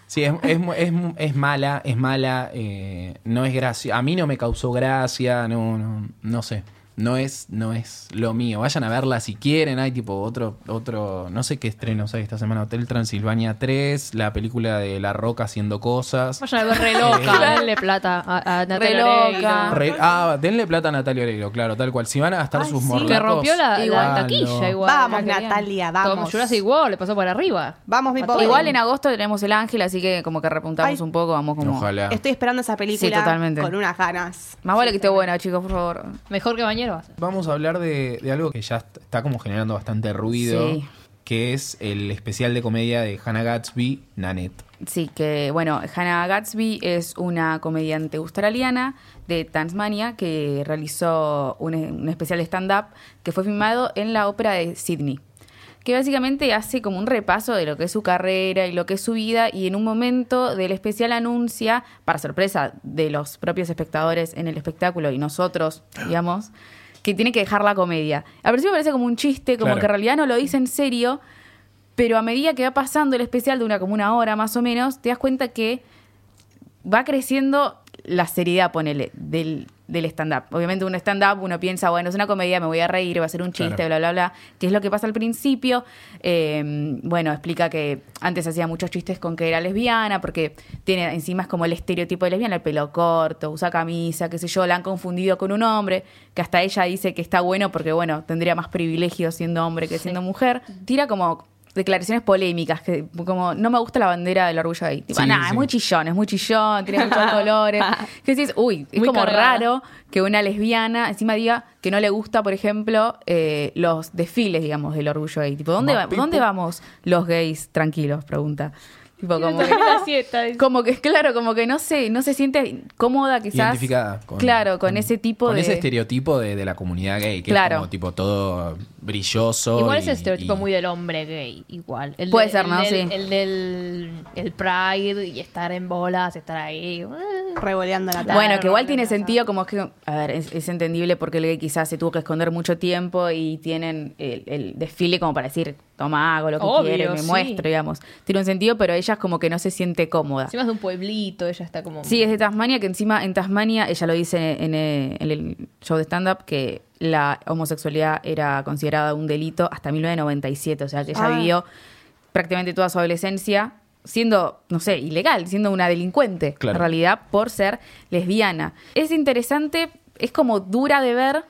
A: Sí, es, es, mu- es mu- es mala, es mala, eh, no es gracia. A mí no me causó gracia, no, no, no sé. No es, no es lo mío. Vayan a verla si quieren. Hay tipo otro, otro, no sé qué estrenos hay esta semana. Hotel Transilvania 3, la película de La Roca haciendo cosas.
D: Vayan a ver re loca, denle plata a, a Natalia
B: Re
D: Oreiro.
B: loca.
A: Re- ah, denle plata a Natalia Oreiro, claro, tal cual. Si van a gastar
C: Ay,
A: sus
C: sí.
A: morlacos...
D: Que rompió la, la
A: háganlo.
D: taquilla igual.
C: Vamos,
D: la querían.
C: Natalia, vamos.
D: Como Jurassic World, le pasó por arriba.
C: Vamos, mi
D: A
C: pobre.
D: todo.
B: Igual en agosto tenemos el ángel, así que como que repuntamos
C: Ay.
B: un poco, vamos como.
A: Ojalá.
C: Estoy esperando esa película
B: Sí, totalmente.
C: con unas ganas.
B: Más vale que esté bueno, chicos, por favor.
D: Mejor que bañero va a ser.
A: Vamos a hablar de, de algo que ya est- está como generando bastante ruido,
B: Sí.
A: que es el especial de comedia de Hannah Gatsby, Nanette.
B: Sí, que bueno, Hannah Gatsby es una comediante australiana de Tasmania que realizó un, un especial de stand-up que fue filmado en la ópera de Sydney. Que básicamente hace como un repaso de lo que es su carrera y lo que es su vida, y en un momento del especial anuncia, para sorpresa de los propios espectadores en el espectáculo y nosotros, digamos, que tiene que dejar la comedia. Al principio parece como un chiste, como
A: Claro.
B: que en realidad no lo dice en serio, pero a medida que va pasando el especial de una como una hora más o menos, te das cuenta que va creciendo la seriedad, ponele, del, del stand-up. Obviamente un stand-up uno piensa, bueno, es una comedia, me voy a reír, va a ser un chiste,
A: Claro.
B: bla, bla, bla, que es lo que pasa al principio. Eh, bueno, explica que antes hacía muchos chistes con que era lesbiana, porque tiene encima es como el estereotipo de lesbiana, el pelo corto, usa camisa, qué sé yo, la han confundido con un hombre, que hasta ella dice que está bueno porque, bueno, tendría más privilegios siendo hombre que siendo mujer. Tira como declaraciones polémicas, que como no me gusta la bandera del orgullo gay. Tipo,
A: Sí,
B: "Nah,
A: sí.
B: es muy chillón, es muy chillón, tiene muchos colores. Que decís, uy, es
D: Muy
B: como
D: cargada.
B: raro que una lesbiana encima diga que no le gusta, por ejemplo, eh, los desfiles, digamos, del orgullo gay. Tipo, ¿dónde,
A: Como
B: va-
A: Pipo.
B: ¿dónde vamos los gays tranquilos? Pregunta. Tipo, como que,
D: La siesta, dice.
B: como que, claro, como que no se, no se siente cómoda quizás.
A: Identificada con-
B: claro, con, ese tipo
A: con
B: de...
A: ese estereotipo de, de la comunidad gay, que
B: Claro.
A: es como tipo todo brilloso.
D: Igual
A: y-
D: es el estereotipo
A: y-
D: muy del hombre gay, igual. El
B: Puede
D: de-
B: ser,
D: el
B: ¿no?
D: del-
B: Sí.
D: El del el Pride y estar en bolas, estar ahí. eh,
C: Revoleando la tarde.
B: Bueno, que igual
D: no,
B: tiene
D: no, no.
B: sentido como que, a ver, es, es entendible porque el gay quizás se tuvo que esconder mucho tiempo y tienen el, el desfile como para decir, toma, hago lo que
D: Obvio,
B: quiero, me
D: sí.
B: muestro, digamos. Tiene un sentido, pero ella es como que no se siente cómoda.
D: Encima es de un pueblito, ella está como.
B: Sí, es de Tasmania, que encima en Tasmania, ella lo dice en, eh, en el show de stand-up, que la homosexualidad era considerada un delito hasta 1997, o sea que ella
C: Ah.
B: vivió prácticamente toda su adolescencia siendo, no sé, ilegal, siendo una delincuente,
A: Claro.
B: en realidad, por ser lesbiana. Es interesante, es como dura de ver,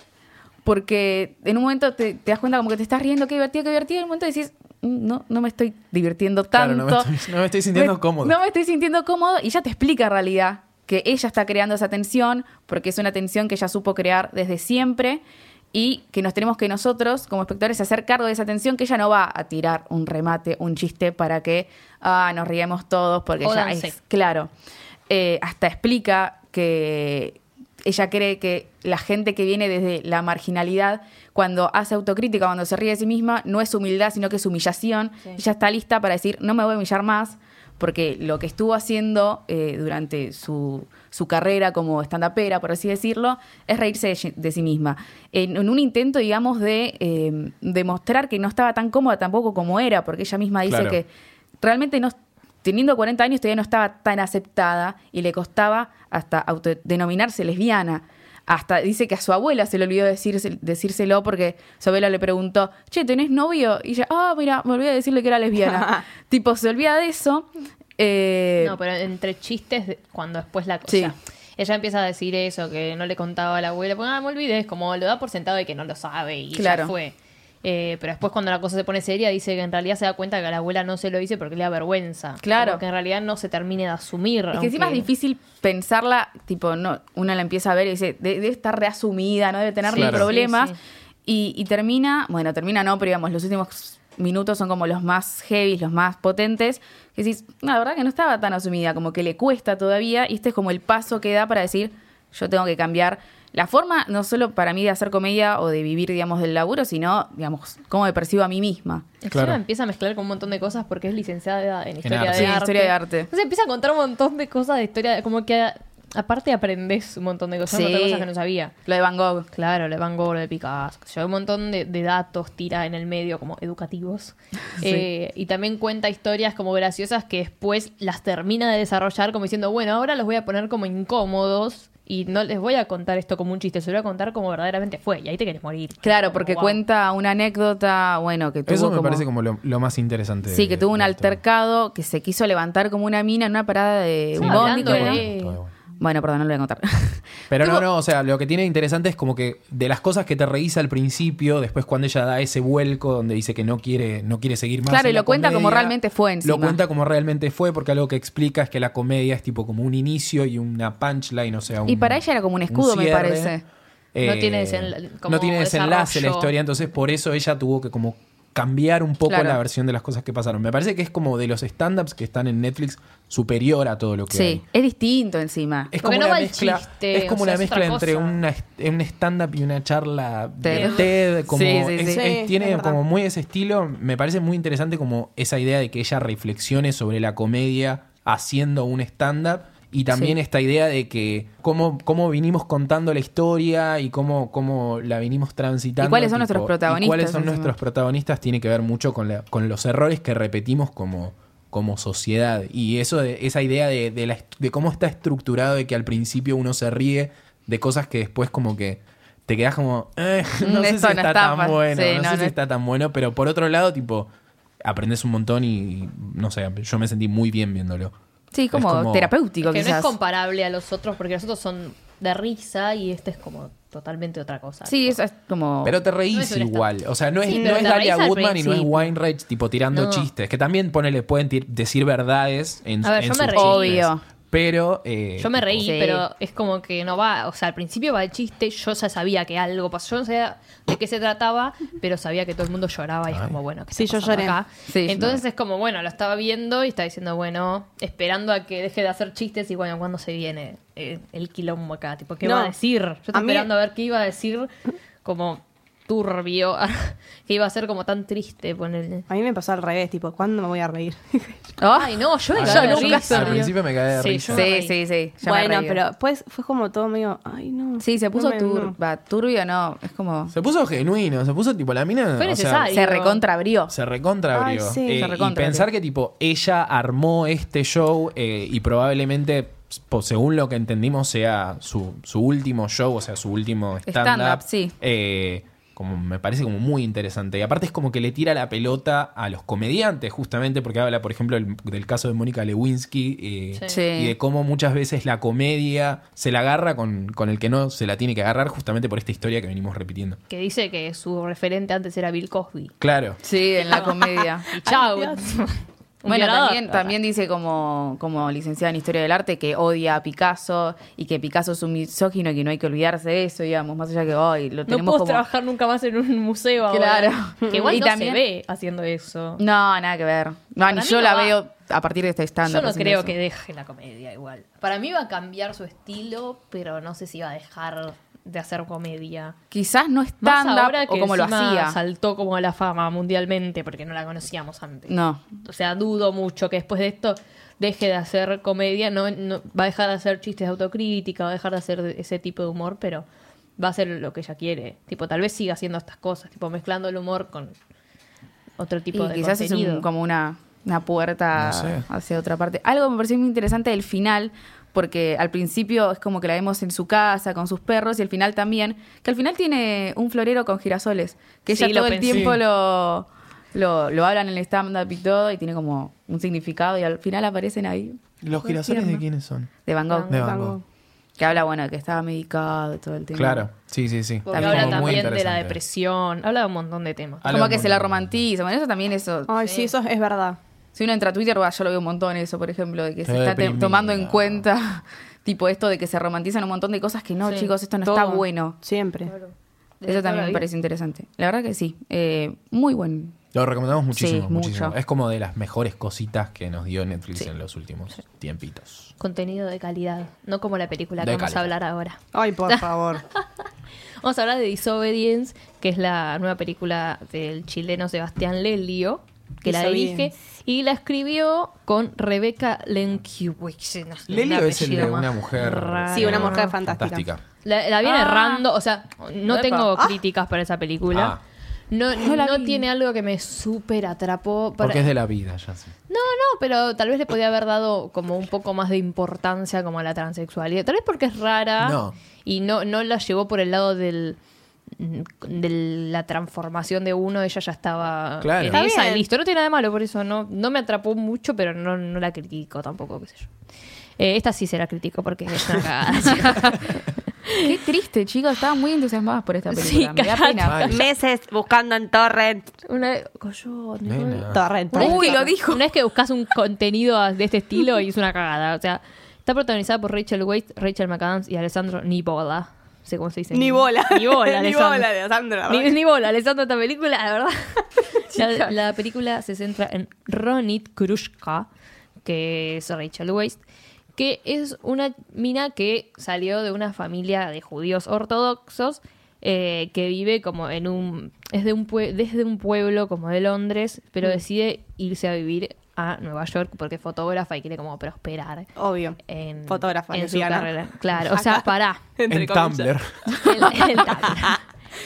B: porque en un momento te, te das cuenta como que te estás riendo, qué divertido, qué divertido, y en un momento decís, "Mm, no, no me estoy divirtiendo tanto.
A: Claro, no me estoy- no me estoy sintiendo
B: Me-
A: cómodo.
B: No me estoy sintiendo cómodo y ya te explica en realidad que ella está creando esa tensión porque es una tensión que ella supo crear desde siempre y que nos tenemos que nosotros como espectadores hacer cargo de esa tensión que ella no va a tirar un remate, un chiste para que ah, nos riemos todos porque
D: O
B: ella
D: dance.
B: es claro. Eh, hasta explica que ella cree que la gente que viene desde la marginalidad, cuando hace autocrítica, cuando se ríe de sí misma, no es humildad, sino que es humillación. Ella está lista para decir, no me voy a humillar más, porque lo que estuvo haciendo eh, durante su, su carrera como stand-upera, por así decirlo, es reírse de, sí- de sí misma. En, en un intento, digamos, de eh, demostrar que no estaba tan cómoda tampoco como era, porque ella misma dice
A: Claro.
B: que realmente no teniendo 40 años todavía no estaba tan aceptada y le costaba hasta autodenominarse lesbiana. Hasta dice que a su abuela se le olvidó decirse- decírselo porque su abuela le preguntó, che, ¿tenés novio? Y ella, ah, mira, me olvidé de decirle que era lesbiana. tipo, se olvida de eso. eh,
D: No, pero entre chistes, de- cuando después la cosa.
B: Sí.
D: ella empieza a decir eso, que no le contaba a la abuela, pues ah, me olvidé, es como lo da por sentado de que no lo sabe y
B: Claro.
D: ya fue. Eh, pero después cuando la cosa se pone seria, dice que en realidad se da cuenta que a la abuela no se lo dice porque le da vergüenza.
B: Claro.
D: Como Que en realidad no se termine de asumir.
B: Es que encima es
D: aunque-
B: difícil pensarla, tipo, no, una la empieza a ver y dice, de- debe estar reasumida, no debe tener
D: Sí,
B: ni
A: claro.
B: problemas.
D: sí, sí.
B: Y, y termina, bueno, termina no, pero digamos, los últimos minutos son como los más heavy, los más potentes. Que decís, no, la verdad que no estaba tan asumida, como que le cuesta todavía, y este es como el paso que da para decir, yo tengo que cambiar. La forma, no solo para mí de hacer comedia o de vivir, digamos, del laburo, sino, digamos, cómo me percibo a mí misma.
D: Encima
A: Claro.
D: empieza a mezclar con un montón de cosas porque es licenciada en historia,
A: arte.
D: De,
A: Sí,
D: arte.
B: historia de arte.
D: Entonces empieza a contar un montón de cosas de historia, como que a- aparte aprendes un montón de cosas, un montón de
B: Sí.
D: cosas que no sabía.
B: Lo de Van Gogh.
D: Claro, le Van Gogh, lo de Picasso, qué sé yo, un montón de, de datos tira en el medio como educativos. Eh, y también cuenta historias como graciosas que después las termina de desarrollar como diciendo, bueno, ahora los voy a poner como incómodos y no les voy a contar esto como un chiste, se lo voy a contar como verdaderamente fue. Y ahí te querés morir.
B: Claro,
D: Como,
B: porque
D: wow.
B: cuenta una anécdota, bueno, que tuvo
A: Eso me
B: como-
A: parece como lo, lo más interesante.
B: Sí, que
A: de-
B: tuvo un
A: de esto.
B: altercado que se quiso levantar como una mina en una parada de
D: Sí,
B: un bondi.
D: hablando
A: Todo
B: creo.
A: bueno,
D: de-
A: todo bueno.
B: Bueno, perdón, no lo voy a contar.
A: Pero no,
B: Tuvo-
A: no, o sea, lo que tiene interesante es como que de las cosas que te reís al principio, después cuando ella da ese vuelco donde dice que no quiere, no quiere seguir más.
B: Claro, y
A: en la
B: lo cuenta como realmente fue encima.
A: Lo cuenta como realmente fue, porque algo que explica es que la comedia es tipo como un inicio y una punchline, o sea, un,
B: Y para ella era como un escudo, me
A: cierre. Eh,
B: parece.
D: No tiene desenla- como
A: no tiene desenlace la
D: desarrollo.
A: historia, entonces por eso ella tuvo que como cambiar un poco
B: Claro.
A: la versión de las cosas que pasaron. Me parece que es como de los stand-ups que están en Netflix superior a todo lo que hay.
B: Sí, es distinto encima.
A: Es
D: Porque
A: como
D: no
A: una
D: va el
A: mezcla,
D: chiste,
A: es como
D: o sea,
A: una
D: es
A: mezcla
D: otra
A: entre
D: cosa.
A: una, est- un stand-up y una charla de
B: TED.
A: TED. Como,
B: Sí, sí,
A: es-
B: sí.
A: es-
C: Sí, es
A: tiene
C: verdad.
A: como muy ese estilo. Me parece muy interesante como esa idea de que ella reflexione sobre la comedia haciendo un stand-up. Y también
B: Sí.
A: esta idea de que cómo, cómo vinimos contando la historia y cómo, cómo la vinimos transitando.
B: ¿Y cuáles son nuestros protagonistas,
A: y cuáles son
B: encima?
A: nuestros protagonistas tiene que ver mucho con, la- con los errores que repetimos como, como sociedad. Y eso de- esa idea de, de la est- de cómo está estructurado, de que al principio uno se ríe de cosas que después como que te quedas como, "Eh, no sé si
B: Esto
A: está,
B: Mm, no está
A: tan
B: pa-
A: bueno,
B: sí,
A: no,
B: no,
A: sé si
B: no-
A: está tan bueno, pero por otro lado, tipo, aprendes un montón y, no sé, yo me sentí muy bien viéndolo.
B: Sí, como,
A: Es como-
D: Que
B: terapéutico
D: no es
B: quizás.
D: comparable a los otros porque los otros son de risa y este es como totalmente otra cosa.
B: sí, eso es como...
A: Pero te reís
D: No es un
A: igual. O sea, no es,
D: Sí,
A: no
D: pero
A: es
D: te reís
A: Dalia
D: al
A: Goodman y no es
D: principio.
A: Weinreich tipo tirando
D: No.
A: chistes. Que también ponele, pueden tir- decir verdades en,
D: A ver,
A: en
D: yo
A: sus
D: me reí.
A: chistes.
B: Obvio.
A: Pero. eh,
D: Yo me reí,
B: Sí.
D: pero es como que no va, o sea, al principio va el chiste, yo ya sabía que algo pasó, yo no sabía de qué se trataba, pero sabía que todo el mundo lloraba y es
A: Ay.
D: como, bueno, que
C: Sí, yo lloré.
B: Sí, yo
D: Entonces es como, bueno, lo estaba viendo y estaba diciendo, bueno, esperando a que deje de hacer chistes y bueno, ¿cuándo se viene eh, el quilombo acá? Tipo, ¿qué
C: No.
D: va a decir? Yo
C: A
D: estaba
C: mí-
D: esperando a ver qué iba a decir, como turbio, que iba a ser como tan triste ponerle.
C: A mí me pasó al revés, tipo, ¿cuándo me voy a reír? Ah.
D: Ay, no, yo me
A: Ay,
D: caí de
A: Ah, yo nunca
D: risa.
A: al principio me caí de
D: Sí,
A: risa.
D: yo me
B: Sí, sí,
D: reí.
B: sí. ya me
C: bueno,
B: reí.
C: pero pues fue como todo medio, ay no.
B: Sí, se
C: no
B: puso
C: me- no.
B: turba. Turbio no, es como...
A: Se puso genuino, se puso tipo la mina. o
D: Fue
A: sea,
D: necesario.
B: Se recontra abrió.
A: se recontra
C: Ay,
A: abrió.
C: sí.
A: Eh,
B: Se recontra
A: y pensar que tipo ella armó este show eh, y probablemente, po- según lo que entendimos, sea su, su último show, o sea, su último stand-up.
B: Stand-up, sí.
A: Eh, como me parece como muy interesante. Y aparte es como que le tira la pelota a los comediantes, justamente, porque habla, por ejemplo, el- del caso de Mónica Lewinsky eh,
D: Sí.
B: Sí.
A: y de cómo muchas veces la comedia se la agarra con, con el que no se la tiene que agarrar, justamente por esta historia que venimos repitiendo.
D: Que dice que su referente antes era Bill Cosby.
A: Claro.
B: Sí, en la comedia.
D: Y chau.
C: Dios.
D: Un
B: Bueno,
D: violador.
B: también, también dice como, como licenciada en Historia del Arte que odia a Picasso y que Picasso es un misógino y que no hay que olvidarse de eso, digamos, más allá que hoy lo
D: No
B: tenemos
D: puedo
B: como...
D: trabajar nunca más en un museo
B: Claro.
D: ahora. Que igual
B: Y
D: no
B: también-
D: se ve haciendo eso.
B: No, nada que ver. No, ni
D: mí
B: yo
D: no
B: la
D: va.
B: veo a partir de este stand
D: Yo no creo que deje la comedia igual. Para mí va a cambiar su estilo, pero no sé si va a dejar de hacer comedia.
B: Quizás no
D: Más
B: stand-up
D: ahora que
B: o como lo
D: encima
B: hacía.
D: saltó como a la fama mundialmente porque no la conocíamos antes.
B: No.
D: O sea, dudo mucho que después de esto deje de hacer comedia, no, no- va a dejar de hacer chistes de autocrítica, va a dejar de hacer de- ese tipo de humor, pero va a hacer lo que ella quiere. Tipo, tal vez siga haciendo estas cosas, tipo mezclando el humor con otro tipo
B: Y
D: de
B: quizás es
D: contenido.
B: un- como una, una puerta
A: No sé.
B: hacia otra parte. Algo me pareció muy interesante del final, porque al principio es como que la vemos en su casa con sus perros y al final también, que al final tiene un florero con girasoles, que
D: Sí,
B: ella
D: lo
B: todo el
D: pensé.
B: tiempo lo, lo, lo habla en el stand-up y todo, y tiene como un significado y al final aparecen ahí
A: ¿Los
B: girasoles de
A: quiénes son?
B: de Van Gogh,
A: De
C: Van
A: Van
C: Gogh.
A: Gogh.
B: que habla, bueno, que estaba medicado y todo el tema.
A: Claro, sí, sí, sí.
D: Porque
B: También
D: habla
B: como
A: muy
D: también de la
A: interesante.
D: depresión, habla de un montón de temas.
B: Como
A: Algo
B: que
A: muy
B: se la
A: lindo.
B: romantiza. Bueno, eso también eso.
C: Ay, sí, eso es verdad.
B: Si uno entra a Twitter, va, yo lo veo un montón eso, por ejemplo, de que se
A: Estoy
B: está te-
A: deprimida.
B: tomando en cuenta, tipo esto de que se romantizan un montón de cosas que no,
D: Sí,
B: chicos, esto no
C: todo.
B: está bueno.
C: Siempre.
D: Desde
B: Eso
D: toda la
B: también me
D: vida.
B: parece interesante. La verdad que sí, eh, muy buen.
A: Lo recomendamos muchísimo,
B: Sí,
A: muchísimo.
B: mucho.
A: Es como de las mejores cositas que nos dio Netflix en los últimos tiempitos.
D: Contenido de calidad, no como la película
A: De
D: que vamos a
A: calidad.
D: hablar ahora.
C: Ay, por favor.
D: Vamos a hablar de Disobedience, que es la nueva película del chileno Sebastián Lelio, que la
C: Disobedience.
D: dirige y la escribió con Rebeca Lenkiewicz. No sé,
A: Lelio
D: un
A: es el de
D: apellido
A: una
D: más
A: mujer.
D: raro.
C: Sí, una mujer fantástica.
D: La, la viene
B: Ah.
D: errando, o sea, no
B: Epa.
D: tengo
B: Ah.
D: críticas para esa película.
A: Ah.
D: No,
B: No la
D: no
B: vi.
D: tiene algo que me súper atrapó. para-
A: Porque es de la vida, ya sé.
D: no, no, pero tal vez le podía haber dado como un poco más de importancia como a la transexualidad. Tal vez porque es rara
A: No.
D: y no, no la llevó por el lado del de la transformación de uno, ella ya estaba
A: Claro.
D: en
A: Está
D: esa,
C: bien.
D: listo. No tiene nada de malo, por eso no, no me atrapó mucho, pero no, no la critico tampoco, qué sé yo. Eh, esta sí se la critico porque es una cagada.
B: Qué triste, chicos, estaban muy entusiasmadas por esta
D: Sí,
B: película. me da
D: cagate.
B: pena.
A: Mal.
C: Meses buscando en Torrent.
D: una Coyote, ¿no?
A: Nena.
C: Torrent.
D: Una vez
B: Uy,
D: que-
B: lo dijo.
D: Una vez que buscas un contenido de este estilo y es una cagada. O sea, está protagonizada por Rachel Waite, Rachel McAdams y Alessandro Nibola. No sé cómo se dice.
C: Ni bola.
D: Ni bola,
C: Ni
D: Alessandro.
C: bola, Alessandro, la
D: Ni,
C: verdad.
D: ni bola, Alessandro, esta película, la verdad. La, la película se centra en Ronit Krushka, que es Rachel Weisz, que es una mina que salió de una familia de judíos ortodoxos eh, que vive como en un. Es de un pue- desde un pueblo como de Londres, pero decide irse a vivir a Nueva York porque es fotógrafa y quiere como prosperar.
C: Obvio.
B: Eh,
D: En,
C: Fotógrafa,
D: en su
C: lesbiana.
D: carrera. Claro, o sea, pará.
A: En Tumblr.
D: El, el-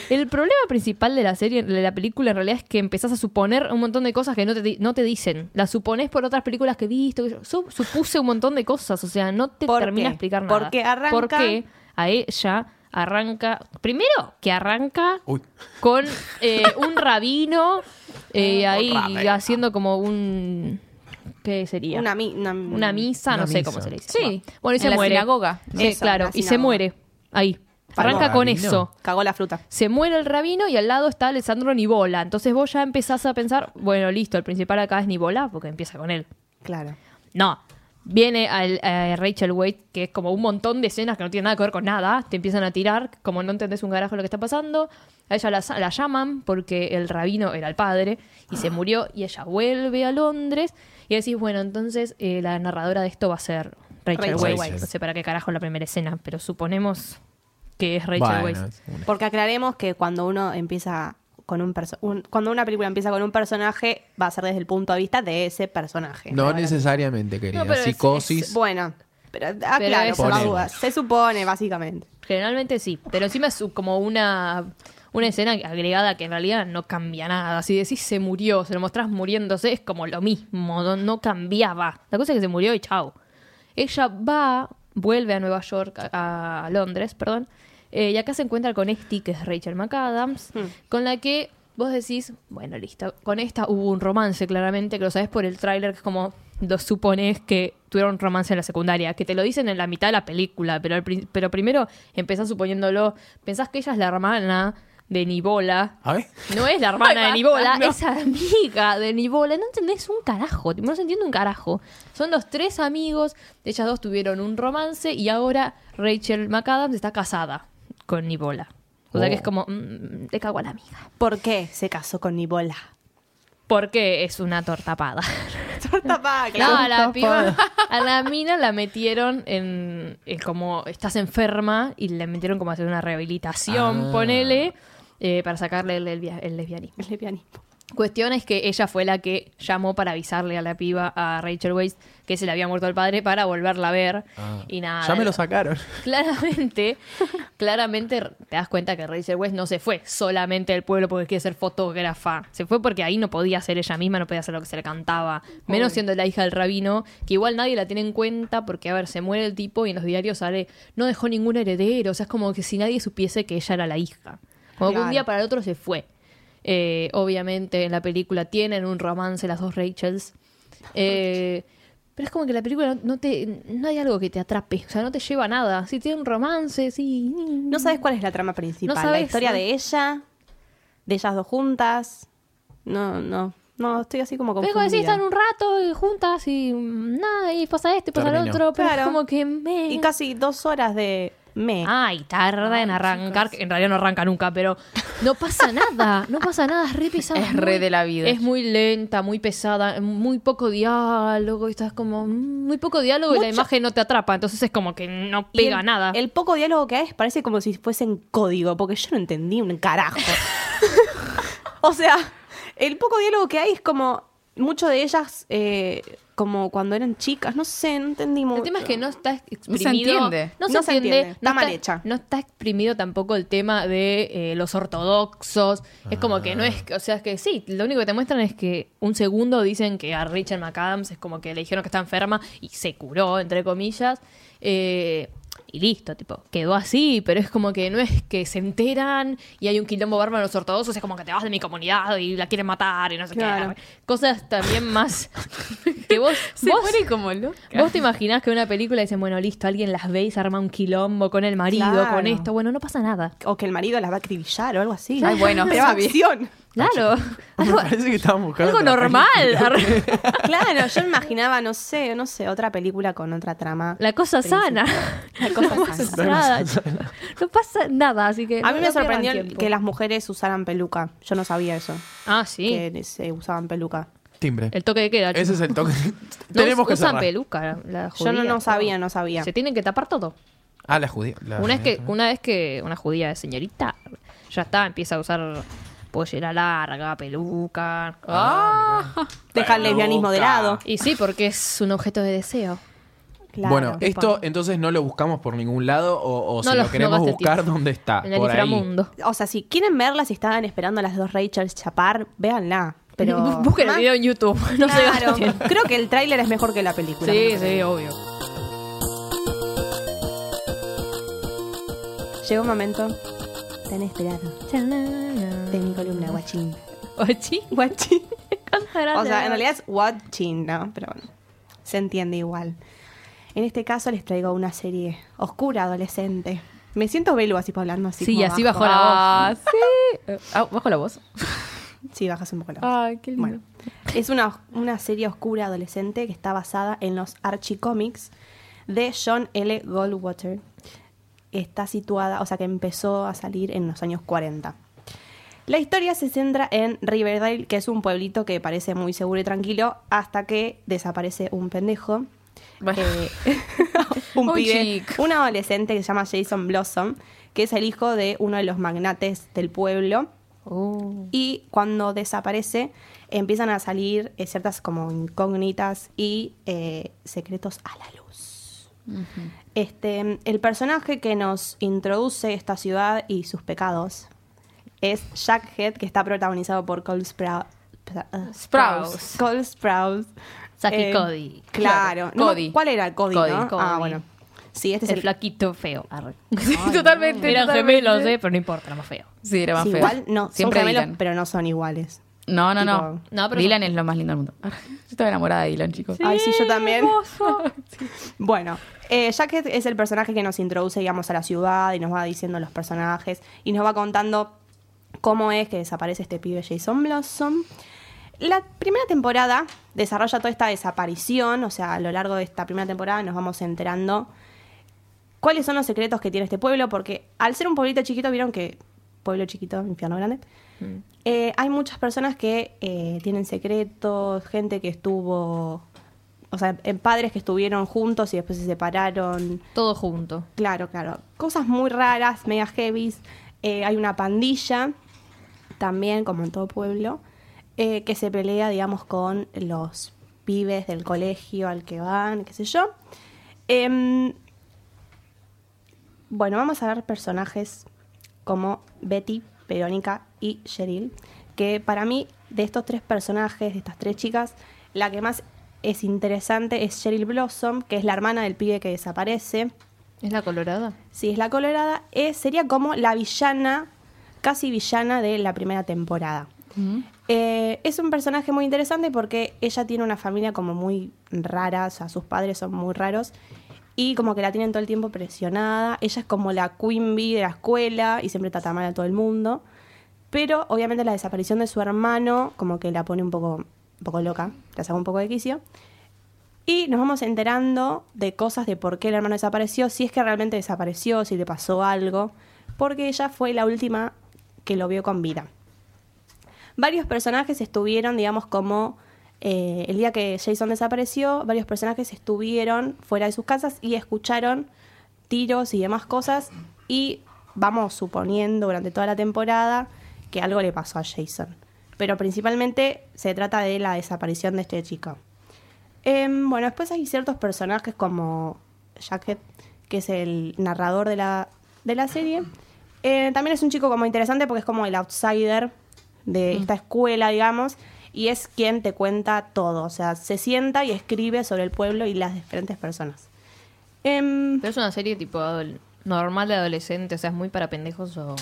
D: el problema principal de la serie, de la película, en realidad es que empezás a suponer un montón de cosas que no te, di- no te dicen. Las suponés por otras películas que he visto. que yo- yo supuse un montón de cosas, o sea, no te
C: ¿Por
D: termina
C: qué?
D: de explicar nada.
C: Porque arranca-
D: ¿Por qué? a ella arranca. Primero que arranca
A: Uy.
D: con eh, un rabino eh, ahí haciendo como un. ¿Qué sería?
C: Una, mi- una,
D: Una misa,
A: Mm. Una
D: no sé cómo
A: misa.
D: se le dice.
B: Sí.
D: bueno, y
B: En
D: se
B: la
D: muere.
B: sinagoga.
D: Eh,
C: Eso,
D: claro,
C: la
D: y se
C: sinagoga.
D: muere ahí. Arranca con
A: Rabino.
D: eso.
C: Cagó la fruta.
D: Se muere el rabino y al lado está Alessandro Nibola. Entonces vos ya empezás a pensar, bueno, listo, el principal acá es Nibola porque empieza con él.
C: Claro.
D: No. Viene al, a Rachel Wade, que es como un montón de escenas que no tienen nada que ver con nada. Te empiezan a tirar, como no entendés un garajo lo que está pasando. A ella la, la llaman porque el rabino era el padre y se murió. Y ella vuelve a Londres. Y decís, bueno, entonces eh, la narradora de esto va a ser Rachel,
C: Rachel
D: Weisz.
A: Weisz.
D: No sé para qué carajo la primera escena, pero suponemos que es Rachel
A: Bueno,
D: Weisz.
A: es una-
C: Porque aclaremos que cuando uno empieza con un, perso- un- cuando una película empieza con un personaje, va a ser desde el punto de vista de ese personaje.
E: No necesariamente, querida.
D: pero es-
E: Psicosis.
C: Bueno, pero ah,
D: Pero
C: claro,
D: es-
C: por las
A: Ponele.
C: dudas. se supone básicamente.
D: Generalmente sí, pero encima es como una, una escena agregada que en realidad no cambia nada. Si decís se murió, se lo mostrás muriéndose, es como lo mismo, no, no cambiaba. La cosa es que se murió y chao. Ella va, vuelve a Nueva York, a, a Londres, perdón, eh, y acá se encuentra con Esti, que es Rachel McAdams, con la que vos decís, bueno, listo, con esta hubo un romance claramente, que lo sabés por el tráiler, que es como lo supones que tuvieron romance en la secundaria, que te lo dicen en la mitad de la película, pero, al prin- pero primero empezás suponiéndolo, pensás que ella es la hermana de Nibola,
A: A ver.
D: no es la hermana de Nibola,
B: no.
D: es amiga de Nibola. No entendés un carajo, tipo, no se entiende un carajo. Son los tres amigos, ellas dos tuvieron un romance y ahora Rachel McAdams está casada con Nibola. O sea que
A: Oh.
D: es como, mm, te cago a la amiga.
C: ¿Por qué se casó con Nibola?
D: Porque es una tortapada.
C: Torta paga,
D: No,
C: claro.
D: a la piba, a la mina la metieron en, en como estás enferma y la metieron como a hacer una rehabilitación,
A: Ah.
D: ponele, eh, para sacarle el, lesbia- el lesbianismo.
C: El lesbianismo.
D: Cuestión es que ella fue la que llamó para avisarle a la piba, a Rachel Weisz, que se le había muerto el padre para volverla a ver.
A: Ah.
D: Y nada.
E: ya me lo sacaron.
D: Claramente, claramente te das cuenta que Rachel Weisz no se fue solamente del pueblo porque quiere ser fotógrafa. Se fue porque ahí no podía ser ella misma, no podía hacer lo que se le cantaba. Menos siendo la hija del rabino, que igual nadie la tiene en cuenta porque, a ver, se muere el tipo y en los diarios sale, no dejó ningún heredero. O sea, es como que si nadie supiese que ella era la hija. Como que un
C: Claro.
D: día para el otro se fue. Eh, obviamente en la película tienen un romance las dos Rachels. Eh, pero es como que la película no, no te no hay algo que te atrape, o sea, no te lleva a nada. Sí tiene un romance, sí.
C: No sabes cuál es la trama principal.
D: No sabes,
C: la historia
D: ¿no?
C: de ella, de ellas dos juntas. No, no. No, estoy así como confundida.
D: Ves como decís, están un rato eh, juntas y mm, nada, y pasa este, pasa el
A: Terminó.
D: otro, pero es
C: Claro.
D: como que me... Ah,
C: Y casi dos horas de me.
D: Ay, tarda en arrancar. que En realidad no arranca nunca, pero no pasa nada. No pasa nada. Es re pesada.
B: Es
D: muy-
B: re de la vida.
D: Es muy lenta, muy pesada, muy poco diálogo. y Estás como. mm, Muy poco diálogo y la
C: Mucho-
D: imagen no te atrapa. Entonces es como que no
C: Y el-
D: pega nada.
C: El poco diálogo que hay parece como si fuese en código, porque yo no entendí un carajo. o sea, el poco diálogo que hay es como mucho de ellas, eh, como cuando eran chicas, no sé, no entendí mucho.
D: El tema es que no está exprimido.
B: entiende.
D: No se
C: No se
D: entiende.
C: entiende. Está
D: no
C: mal hecha.
D: No está exprimido tampoco el tema de eh, los ortodoxos. Es como que no es. O sea, es que sí, lo único que te muestran es que un segundo dicen que a Richard McAdams es como que le dijeron que está enferma y se curó, entre comillas. Eh, y listo, tipo, quedó así, pero es como que no es que se enteran y hay un quilombo bárbaro en los ortodoxos, es como que te vas de mi comunidad y la quieren matar y no sé
C: Claro.
D: qué. Cosas también más que vos,
B: Se
D: vos
B: pone como loca.
D: ¿Vos te imaginás que una película dicen, bueno, listo, alguien las ve y se arma un quilombo con el marido,
C: Claro.
D: con esto? Bueno, no pasa nada.
C: O que el marido las va a acribillar o algo así.
B: Ay, bueno,
C: Pero
B: está bien.
C: acción.
E: Ah,
D: Claro.
E: Me
D: Algo,
E: parece que estaban buscando.
D: algo
E: otra
D: normal.
C: Claro, yo imaginaba, no sé, no sé, otra película con otra trama.
D: La cosa sana.
C: La cosa sana.
D: Nada. No pasa nada, así que.
C: A mí me
D: no- no pierdan
C: sorprendió
D: tiempo.
C: que las mujeres usaran peluca. Yo no sabía eso,
D: Ah, sí.
C: que se usaban peluca.
E: película. Timbre.
D: El toque de queda.
E: Ese es el toque.
D: No
E: Tenemos que
D: usan
E: cerrar.
D: peluca. la
C: Yo no,
D: judía,
C: no
D: todo.
C: sabía, no sabía.
D: Se tienen que tapar todo.
E: Ah, la judía. la-
D: Una vez, que, una vez que una judía es señorita, ya está, empieza a usar pollera larga, peluca.
E: Ah,
C: Deja el lesbianismo de lado.
D: Y sí, porque es un objeto de deseo.
C: Claro.
E: Bueno, esto
D: Pan.
E: entonces no lo buscamos por ningún lado o, o si
D: No lo-
E: lo,
D: no
E: queremos
D: gaste
E: buscar,
D: tiempo.
E: ¿dónde está?
D: En el
E: por ahí.
D: inframundo.
C: O sea, si quieren verla, si estaban esperando a las dos Rachel chapar, véanla. Pero
D: Bu- Busquen el video en YouTube. No
C: No
D: se gasten.
C: Creo que el tráiler es mejor que la película.
D: Sí, sí, obvio.
C: Llegó un momento tan esperado de mi columna, guachín.
D: Ochi.
C: Guachín.
D: ¿cuánto grande
C: O sea, en
D: era?
C: realidad es watching, ¿no? Pero bueno, se entiende igual. En este caso les traigo una serie oscura, adolescente. Me siento velo así por hablando así.
D: Sí,
C: como
D: así
C: bajo.
D: bajo la voz.
B: Sí. Ah, ¿Bajo la voz?
C: Sí, bajas un poco la voz.
D: Ay, qué
C: Bueno, es una, una serie oscura adolescente que está basada en los Archie Comics de John L. Goldwater. Está situada, o sea que empezó a salir en los años 40. La historia se centra en Riverdale, que es un pueblito que parece muy seguro y tranquilo, hasta que desaparece un pendejo.
B: Bueno.
C: eh, un
B: Un
C: pibe,
B: chico.
C: un adolescente que se llama Jason Blossom, que es el hijo de uno de los magnates del pueblo.
B: Oh.
C: Y cuando desaparece, empiezan a salir eh, ciertas como incógnitas y eh, secretos a la luz. Este, el personaje que nos introduce esta ciudad y sus pecados es Jackhead, que está protagonizado por Cole Sprouse.
B: Sprouse.
C: Cole Sprouse. Eh,
D: Zack y Cody.
C: Claro.
B: Claro,
C: No,
B: Cody.
C: ¿Cuál era Cody,
B: Cody,
C: no?
D: Cody.
C: Ah, bueno. Sí, este es
D: el,
C: el,
D: flaquito feo. arre.
B: Sí, totalmente.
D: Eran
B: totalmente.
D: gemelos, eh, pero no importa, era más feo.
B: Sí, era más
C: sí,
B: feo.
C: Igual no,
B: Siempre
C: son gemelos,
B: Dylan.
C: pero no son iguales.
B: No, no, no.
C: tipo-
D: No, pero-
B: Dylan es lo más lindo del mundo. Yo estaba enamorada de Dylan, chicos.
C: Ay, sí, yo también. Bueno, eh, Jacket es el personaje que nos introduce, digamos, a la ciudad y nos va diciendo los personajes y nos va contando cómo es que desaparece este pibe Jason Blossom. La primera temporada desarrolla toda esta desaparición, o sea, a lo largo de esta primera temporada nos vamos enterando cuáles son los secretos que tiene este pueblo, porque al ser un pueblito chiquito, vieron que pueblo chiquito, infierno grande, eh, hay muchas personas que eh, tienen secretos, gente que estuvo, o sea, en padres que estuvieron juntos y después se separaron.
D: Todo junto.
C: Claro, claro. Cosas muy raras, mega heavies. Eh, hay una pandilla, también, como en todo pueblo, eh, que se pelea, digamos, con los pibes del colegio al que van, qué sé yo. Em, bueno, vamos a ver personajes como Betty, Verónica y Cheryl, que para mí, de estos tres personajes, de estas tres chicas, la que más es interesante es Cheryl Blossom, que es la hermana del pibe que desaparece.
D: ¿Es la colorada?
C: Sí, es la colorada. Es, sería como la villana, casi villana de la primera temporada. Eh, es un personaje muy interesante porque ella tiene una familia como muy rara, o sea, sus padres son muy raros y como que la tienen todo el tiempo presionada. Ella es como la queen bee de la escuela y siempre trata mal a todo el mundo. Pero obviamente la desaparición de su hermano como que la pone un poco, un poco loca, la saca un poco de quicio. Y nos vamos enterando de cosas de por qué el hermano desapareció, si es que realmente desapareció, si le pasó algo, porque ella fue la última que lo vio con vida. Varios personajes estuvieron, digamos, como eh, el día que Jason desapareció, varios personajes estuvieron fuera de sus casas y escucharon tiros y demás cosas y vamos suponiendo durante toda la temporada que algo le pasó a Jason. Pero principalmente se trata de la desaparición de este chico. Em, bueno, después hay ciertos personajes como Jacket, que es el narrador de la, de la serie. Eh, también es un chico como interesante porque es como el outsider de esta escuela, digamos, y es quien te cuenta todo. O sea, se sienta y escribe sobre el pueblo y las diferentes personas. Em,
D: Pero es una serie tipo adol- normal de adolescente, o sea, es muy para pendejos o,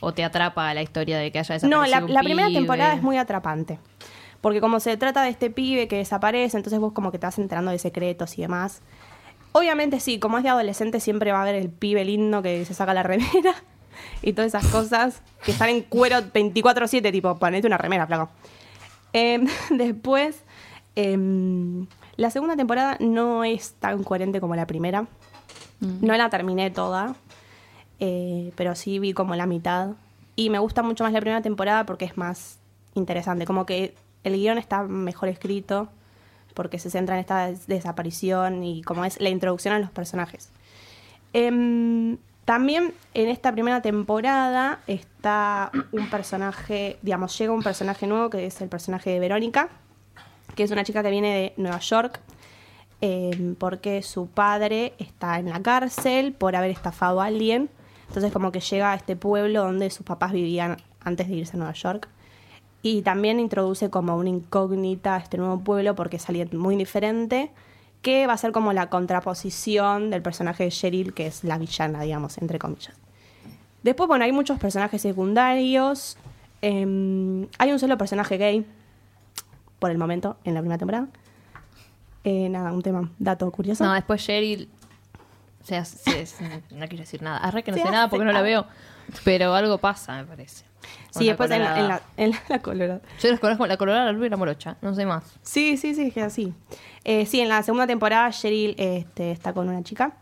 D: o te atrapa la historia de que haya desaparecido
C: No, la,
D: un
C: la primera
D: pibe.
C: temporada es muy atrapante. Porque como se trata de este pibe que desaparece, entonces vos como que te vas enterando de secretos y demás. Obviamente sí, como es de adolescente siempre va a haber el pibe lindo que se saca la remera y todas esas cosas que están en cuero 24/7, tipo, ponete una remera, flaco. Em, después, em, la segunda temporada no es tan coherente como la primera.
D: Mm.
C: No la terminé toda, eh, pero sí vi como la mitad. Y me gusta mucho más la primera temporada porque es más interesante. Como que el guión está mejor escrito porque se centra en esta des- desaparición y como es la introducción a los personajes. Em, también en esta primera temporada está un personaje, digamos, llega un personaje nuevo que es el personaje de Verónica, que es una chica que viene de Nueva York eh, porque su padre está en la cárcel por haber estafado a alguien. Entonces como que llega a este pueblo donde sus papás vivían antes de irse a Nueva York. Y también introduce como una incógnita a este nuevo pueblo porque es alguien muy diferente, que va a ser como la contraposición del personaje de Cheryl, que es la villana, digamos, entre comillas. Después, bueno, hay muchos personajes secundarios. em, hay un solo personaje gay, por el momento, en la primera temporada. Eh, nada, un tema, dato curioso.
D: No, después Sherry. o sea, se- se- no quiero decir nada. Arre que no
C: Se
D: sé nada
C: hace-
D: porque no la veo. Pero algo pasa, me parece. Con
C: sí,
D: la
C: después en la, en la,
D: colorada.
C: en la- la colorada.
D: Yo los conozco la colorada, la luz y la morocha. No sé más.
C: Sí, sí, sí, es que así. Eh, sí, en la segunda temporada Cheryl este, está con una chica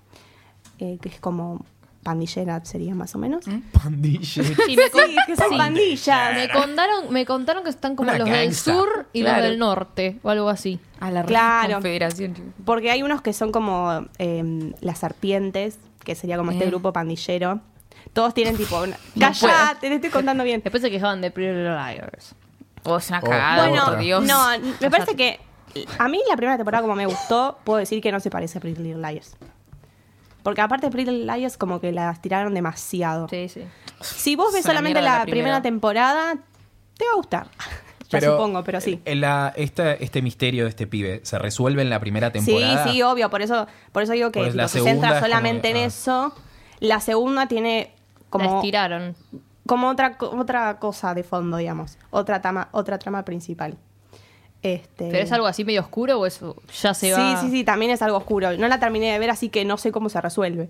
C: eh, que es como pandillera, sería más o menos.
A: Ah.
E: Pandilla.
D: Sí, me, con-
C: Sí, que son
D: sí.
C: pandillas.
D: me contaron, me contaron que están como
E: Una
D: los
E: gangsta.
D: del sur y
B: Claro.
D: los del norte o algo así.
B: A la
C: Claro.
B: confederación, chicos.
C: Porque hay unos que son como eh, las serpientes, que sería como este
B: Eh.
C: grupo pandillero. Todos tienen tipo una...
B: No
C: ¡Cállate! Te estoy contando bien.
D: Después se quejaban de Pretty Little Liars.
B: Oh, es una
E: Oh,
B: cagada,
E: bueno,
B: por Dios.
C: no, me parece que a mí la primera temporada como me gustó, puedo decir que no se parece a Pretty Little Liars. Porque aparte Pretty Little Liars como que las tiraron demasiado.
D: Sí, sí.
C: Si vos ves
B: Es una
C: solamente
B: mierda
C: la,
B: la
C: primera
B: primera.
C: temporada, te va a gustar. Ya supongo, pero sí.
E: en eh, la- esta- este misterio de este pibe se resuelve en la primera
C: Sí,
E: temporada.
C: sí, obvio, por eso, por eso digo que
E: Pues la
C: tipo, se
E: segunda
C: centra
E: es como
C: solamente
E: que,
C: en
E: ah.
C: eso. La segunda tiene
D: La
C: como,
D: estiraron.
C: como otra, co- otra cosa de fondo, digamos. Otra trama, otra trama principal. Este...
D: ¿Pero es algo así medio oscuro o eso ya se va?
C: Sí, sí, sí, también es algo oscuro. No la terminé de ver, así que no sé cómo se resuelve.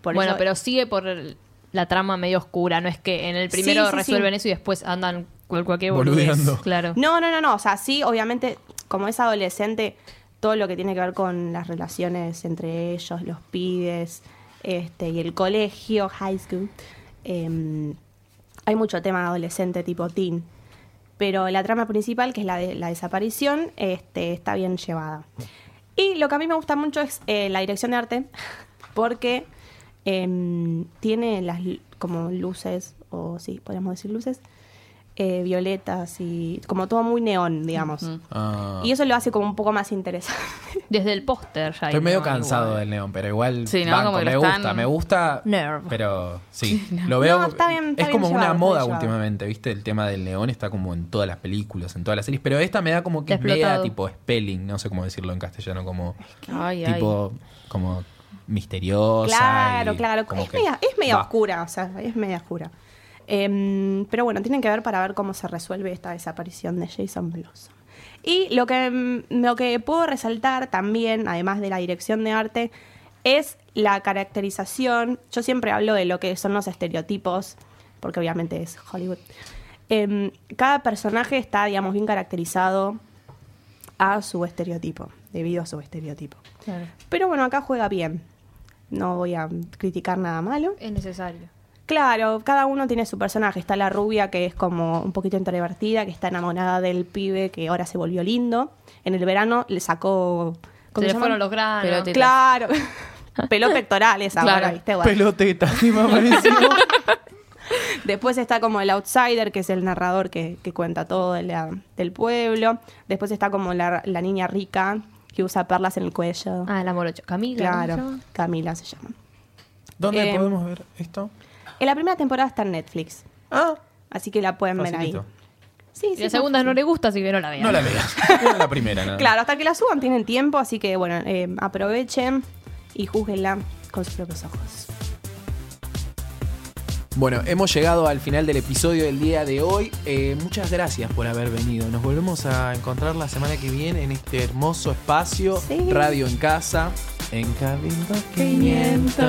C: Por
D: bueno,
C: eso-
D: pero sigue por el- la trama medio oscura. No es que en el primero
C: Sí, sí,
D: resuelven
C: sí.
D: eso y después andan cual- cualquier
E: Boludeando.
D: boludez, Claro.
C: No, no, no, no. O sea, sí, obviamente, como es adolescente, todo lo que tiene que ver con las relaciones entre ellos, los pibes, este, y el colegio, high school. em, hay mucho tema adolescente tipo teen. Pero la trama principal, que es la de la desaparición, este, está bien llevada. Y lo que a mí me gusta mucho es eh, la dirección de arte, porque em, tiene las lu- como luces, o sí, podríamos decir luces, eh, violetas y como todo muy neón, digamos.
B: Ujú.
E: Ah.
C: Y eso lo hace como un poco más interesante.
D: Desde el póster ya. hay
E: Estoy medio
D: una-
E: cansado
D: igual.
E: del neón, pero igual
B: Sí, ¿no?
E: banco,
B: Como que lo
E: me gusta,
B: están-
E: me gusta,
D: Nerv.
E: pero sí, lo veo,
C: No, está bien, está
E: es
C: bien
E: como una
C: llevado, está
E: moda
C: bien llevado.
E: últimamente, ¿viste? El tema del neón está como en todas las películas, en todas las series, pero esta me da como que es
D: Está explotado.
E: media tipo spelling, no sé cómo decirlo en castellano, como
B: Ay, ay.
E: tipo como misteriosa.
C: Claro,
E: y
C: claro.
E: como
C: Es
E: que
C: media, es media
E: va.
C: oscura, o sea, es media oscura. Em, pero bueno, tienen que ver para ver cómo se resuelve esta desaparición de Jason Blossom. Y lo que, mm, lo que puedo resaltar también, además de la dirección de arte, es la caracterización. Yo siempre hablo de lo que son los estereotipos, porque obviamente es Hollywood. Em, cada personaje está, digamos, bien caracterizado a su estereotipo, debido a su estereotipo.
D: Claro.
C: Pero bueno, acá juega bien. No voy a criticar nada malo.
D: Es necesario.
C: Claro, cada uno tiene su personaje. Está la rubia que es como un poquito introvertida, que está enamorada del pibe que ahora se volvió lindo. En el verano le sacó...
D: Se
C: ¿cómo
D: le
C: llaman?
D: fueron los granos.
B: Pero te-
C: Claro. Pelo pectorales ahora,
B: Claro.
C: ¿viste? Bueno.
E: Peloteta, sí, me pareció.
C: Después está como el outsider, que es el narrador que, que cuenta todo de la- del pueblo. Después está como la, la niña rica, que usa perlas en el cuello.
D: Ah, la morocha. Camila. ¿cómo se
C: claro,
D: llama?
C: Camila se llama.
E: ¿Dónde
C: Em,
E: podemos ver esto?
C: En la primera temporada está en Netflix.
E: Ah,
C: Así que la pueden
E: facilito.
C: ver ahí. Sí,
D: Y
C: sí,
D: la
C: sí,
D: segunda
C: sí.
D: no le gusta, así que no la vean.
E: No la veas. Bueno, la primera, nada.
C: Claro, hasta que la suban tienen tiempo, así que bueno, eh, aprovechen y júzguenla con sus propios ojos.
A: Bueno, hemos llegado al final del episodio del día de hoy. Eh, muchas gracias por haber venido. Nos volvemos a encontrar la semana que viene en este hermoso espacio
C: Sí.
A: Radio en Casa. En Cabildo 500.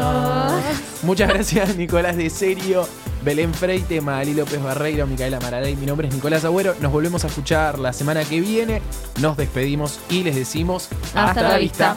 A: Muchas gracias, Nicolás de Serio, Belén Freite, Magalí López Barreiro, Micaela Maradei. Mi nombre es Nicolás Agüero. Nos volvemos a escuchar la semana que viene. Nos despedimos y les decimos
D: Hasta la vista.